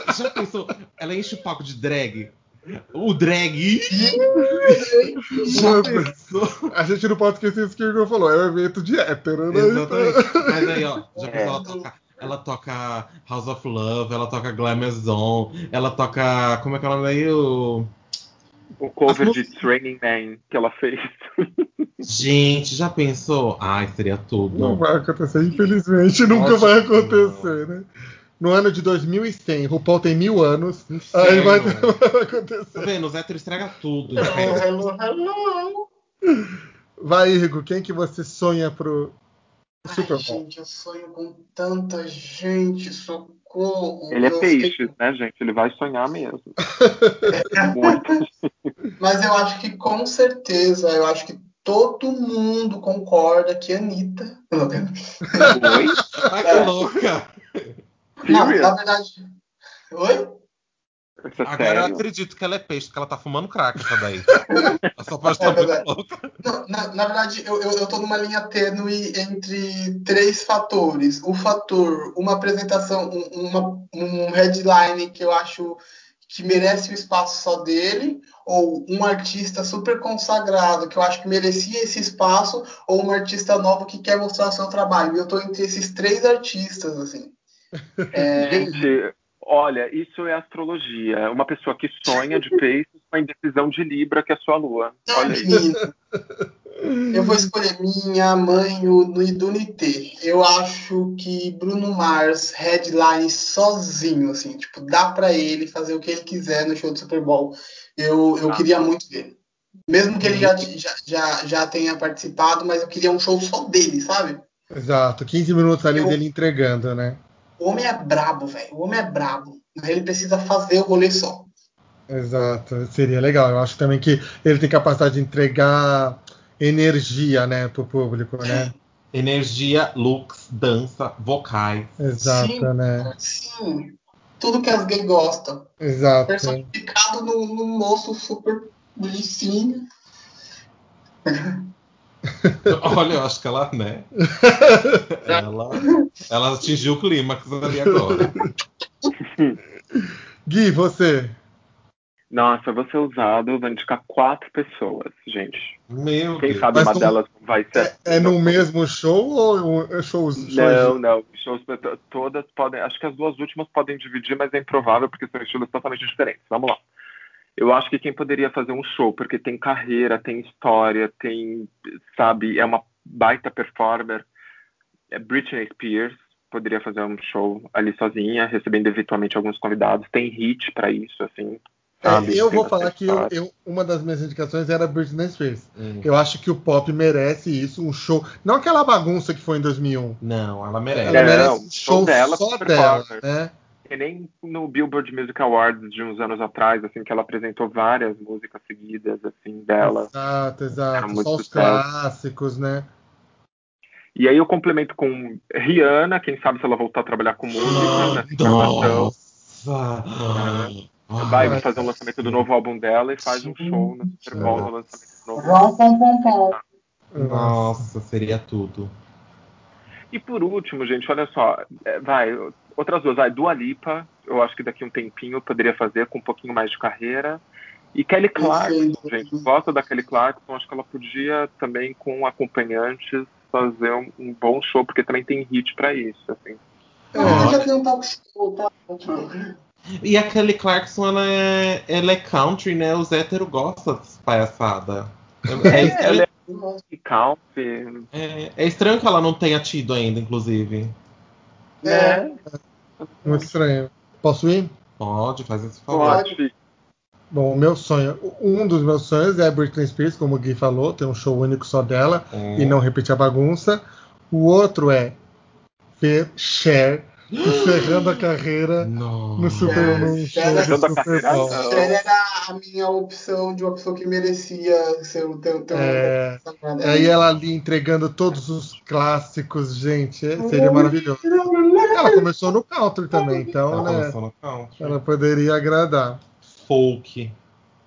É.
Já pensou? Ela enche o palco de drag. O drag.
Então,
Já pensou?
A gente não pode esquecer isso que o Igor falou. É um evento de hétero, né?
Exatamente. Mas
[LAUGHS]
aí, ó, já
É.
pensou, ela toca, ela toca House of Love, ela toca Glamazon, ela toca. Como é que é o nome aí? O...
O cover
As
de Training Man que ela fez.
Gente, já pensou? Ai, seria tudo.
Não vai acontecer, infelizmente, nunca
Nossa,
vai
que
acontecer, né? No ano de 2100, RuPaul tem mil anos,
Inferno.
aí vai, [LAUGHS]
é.
vai acontecer.
Tá vendo? O Zétero estraga tudo.
Hello, hello.
Vai, Igor, quem que você sonha pro
Ai,
Super Bowl?
gente, eu sonho com tanta gente, socorro.
Ele é
Eu
peixe, tá
fiquei-
né, gente? Ele vai sonhar mesmo.
Ah.
Muito.
[LAUGHS] Mas eu acho que com certeza, eu acho que todo mundo concorda que Anitta. Não,
Oi?
Ai, que louca!
na
Serious?
verdade. Oi?
Isso é
Agora eu
sério?
acredito que ela é peixe, porque ela tá fumando crack, essa daí.
[LAUGHS]
Ela só pode
É
estar muito
verdade.
louca.
Não, na, na verdade, eu, eu, eu tô numa linha tênue entre três fatores. O fator, uma apresentação, um, uma- um headline que eu acho que merece o espaço só dele, ou um artista super consagrado que eu acho que merecia esse espaço, ou um artista novo que quer mostrar o seu trabalho. E Eu tô entre esses três artistas, assim. É,
Gente, olha, isso é astrologia. Uma pessoa que sonha de peixes com a indecisão de Libra, que é sua lua. Olha aí.
menino. Eu vou escolher minha mãe o- no Idunité. Eu acho que Bruno Mars headline sozinho, assim, tipo, dá pra ele fazer o que ele quiser no show do Super Bowl. Eu, eu
Ah.
queria muito ver. Mesmo que ele já, já, já, já tenha participado, mas eu queria um show só dele, sabe?
Exato, 15 minutos ali
Eu-
dele entregando, né?
O homem é brabo, velho. O homem é brabo. Ele precisa fazer o rolê só.
Exato, seria legal. Eu acho também que ele tem capacidade de entregar energia, né, pro público, né?
Energia, looks, dança, vocais.
Exato,
Sim.
né?
Sim. Tudo que as gays gostam. É
Exato.
personificado no, no moço super bonitinho.
Olha, eu acho que ela,
[LAUGHS]
né? ela, ela atingiu o clímax ali agora.
Gui, você.
Nossa, eu vou ser usado, vou indicar quatro pessoas, gente.
Meu
Quem
Deus.
sabe
Mas
uma
são-
delas vai ser.
É no mesmo show ou é shows? shows-
Não, não. Shows, to- todas podem. Acho que as duas últimas podem dividir, mas é improvável porque são estilos totalmente diferentes. Vamos lá. Eu acho que quem poderia fazer um show, porque tem carreira, tem história, tem, sabe, é uma baita performer. É Britney Spears poderia fazer um show ali sozinha, recebendo eventualmente alguns convidados. Tem hit pra isso, assim. Sabe?
É, eu
Tem
vou
bastante
falar que eu-
história.
eu- uma das minhas indicações era Britney Spears.
Hum.
Eu acho que o pop merece isso, um show. Não aquela bagunça que foi em 2001.
Não, ela merece.
Ela
Não,
merece
o
um
show
show
dela
só
super
dela,
forte.
né?
que nem no Billboard Music Awards de uns anos atrás, assim, que ela apresentou várias músicas seguidas, assim, dela.
Exato,
Era
exato.
muito
Só os
sucesso.
clássicos, né?
E aí eu complemento com Rihanna, quem sabe se ela voltar a trabalhar com música, né? nessa informação. Vai fazer um lançamento do novo álbum dela e faz um show no Super Bowl no lançamento do novo álbum.
Rom, pom, pom, pom.
Nossa, seria tudo.
E por último, gente, olha só, é, vai, outras duas, vai, Dua Lipa, eu acho que daqui um tempinho eu poderia fazer com um pouquinho mais de carreira. E Kelly Clarkson,
Perfeito.
gente, gosto da Kelly Clarkson, acho que ela podia também com acompanhantes fazer um, um bom show, porque também tem hit pra isso, assim.
Eu acho que já tem um talk show, tá
Ah.
ótimo.
E a Kelly Clarkson, ela é, ela é country, né? Os héteros gostam dessa palhaçada. É, é estranho-
ela [LAUGHS] é
Nossa,
E country,
é- é estranho que ela não tenha tido ainda, inclusive.
né?
É,
Muito estranho. Posso ir?
Pode, faz esse favor.
Pode.
Bom, o meu sonho, um dos meus sonhos é a Britney Spears, como o Gui falou, tem um show único só dela
É.
e não repetir a bagunça. O outro é ver Cher encerrando a carreira é no
É. Nossa.
Super, no show do
Encerrando a
Super
carreira,
Bowl.
não.
Ela era a minha opção de uma pessoa que merecia ser o teu. teu
É, Aí ela ali entregando todos os clássicos, gente, é- seria maravilhoso. Ela começou no country também, então
Ela
né,
começou no country.
ela poderia agradar.
Folk.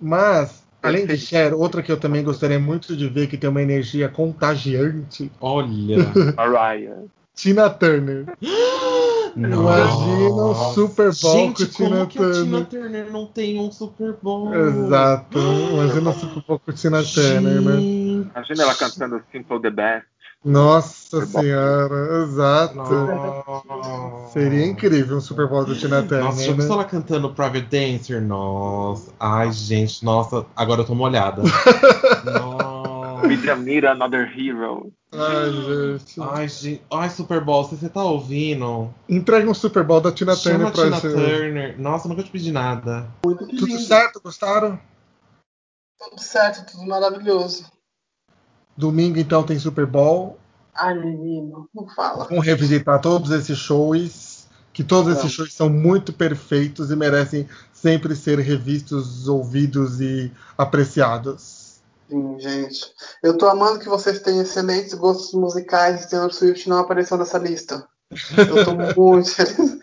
Mas, além de
Perfeito.
Cher, outra que eu também gostaria muito de ver, que tem uma energia contagiante,
Olha.
Mariah.
Tina Turner. [LAUGHS] Imagina um
Nossa.
Super Bowl
Gente,
com Tina
como que a Tina
Turner.
Turner não tem um Super Bowl?
Exato. Imagina um Super Bowl com Tina Turner, né?
Gente.
Imagina ela cantando Simple the Best.
Nossa
Super Bowl.
senhora, exato.
Nossa.
Seria incrível um Super Bowl do Tina Turner,
Nossa, já
né?
pensou ela cantando Private Dancer? Nossa. Ai, gente, nossa. Agora eu
[LAUGHS]
tô molhada. nossa.
Midra Mira, Another Hero.
Ai, gente.
Ai, gente. Ai, Super Bowl, se você tá ouvindo,
Entrega um Super Bowl da Tina Turner
chama a
pra
Tina
gente.
Turner. Nossa, eu nunca te pedi nada.
Tudo certo? Gostaram?
Tudo certo, tudo maravilhoso.
Domingo, então, tem Super Bowl.
Ai, menino, não fala.
Vamos revisitar todos esses shows, que todos esses
Vamos.
shows são muito perfeitos e merecem sempre ser revistos, ouvidos e apreciados.
Sim, assim, gente. Eu tô amando que vocês têm excelentes gostos musicais e Taylor Swift não apareceu nessa lista. Eu
[LAUGHS]
tô muito feliz.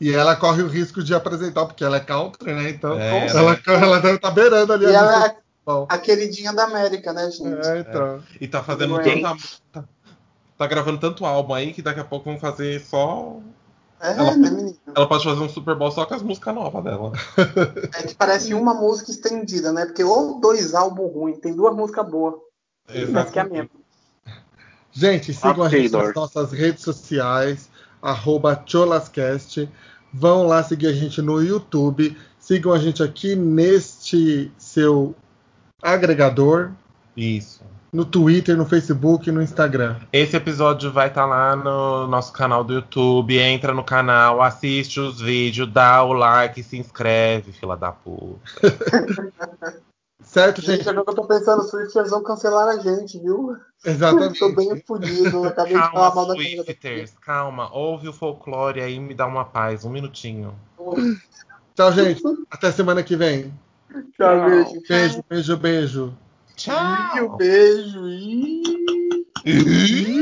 E ela corre o risco de apresentar, porque ela é country, né? Então,
É,
ela,
né?
ela deve estar beirando ali
E
a
ela
lista
é
principal.
a queridinha da América, né, gente?
É, então.
E tá fazendo
Gente.
tanta. Tá, tá gravando tanto álbum aí que daqui a pouco vão fazer só.
É,
Ela-
né, menino?
Ela pode fazer um Super Bowl só com as músicas novas dela.
É que parece uma música estendida, né? Porque ou dois álbuns ruins, tem duas músicas boas. Mas que é a mesma.
Gente, sigam a
Ah,
gente
Taylor.
nas nossas redes sociais, arroba Cholascast. Vão lá seguir a gente no YouTube. Sigam a gente aqui neste seu agregador,
Isso.
no Twitter, no Facebook, no Instagram.
Esse episódio vai estar lá no nosso canal do YouTube. Entra no canal, assiste os vídeos, dá o like, se inscreve, fila da puta.
Certo, gente?
Gente, agora que eu tô pensando, os Swifters vão cancelar a gente, viu? Tô bem
Exatamente.
fudido, eu acabei de falar mal
Calma,
da carreira da
Swifters, calma. Ouve o folclore aí e me dá uma paz, um minutinho.
Swift.
Tchau, gente. Até semana que vem.
Tchau, beijo.
Beijo, beijo, beijo.
E um beijo. E...
Tchau.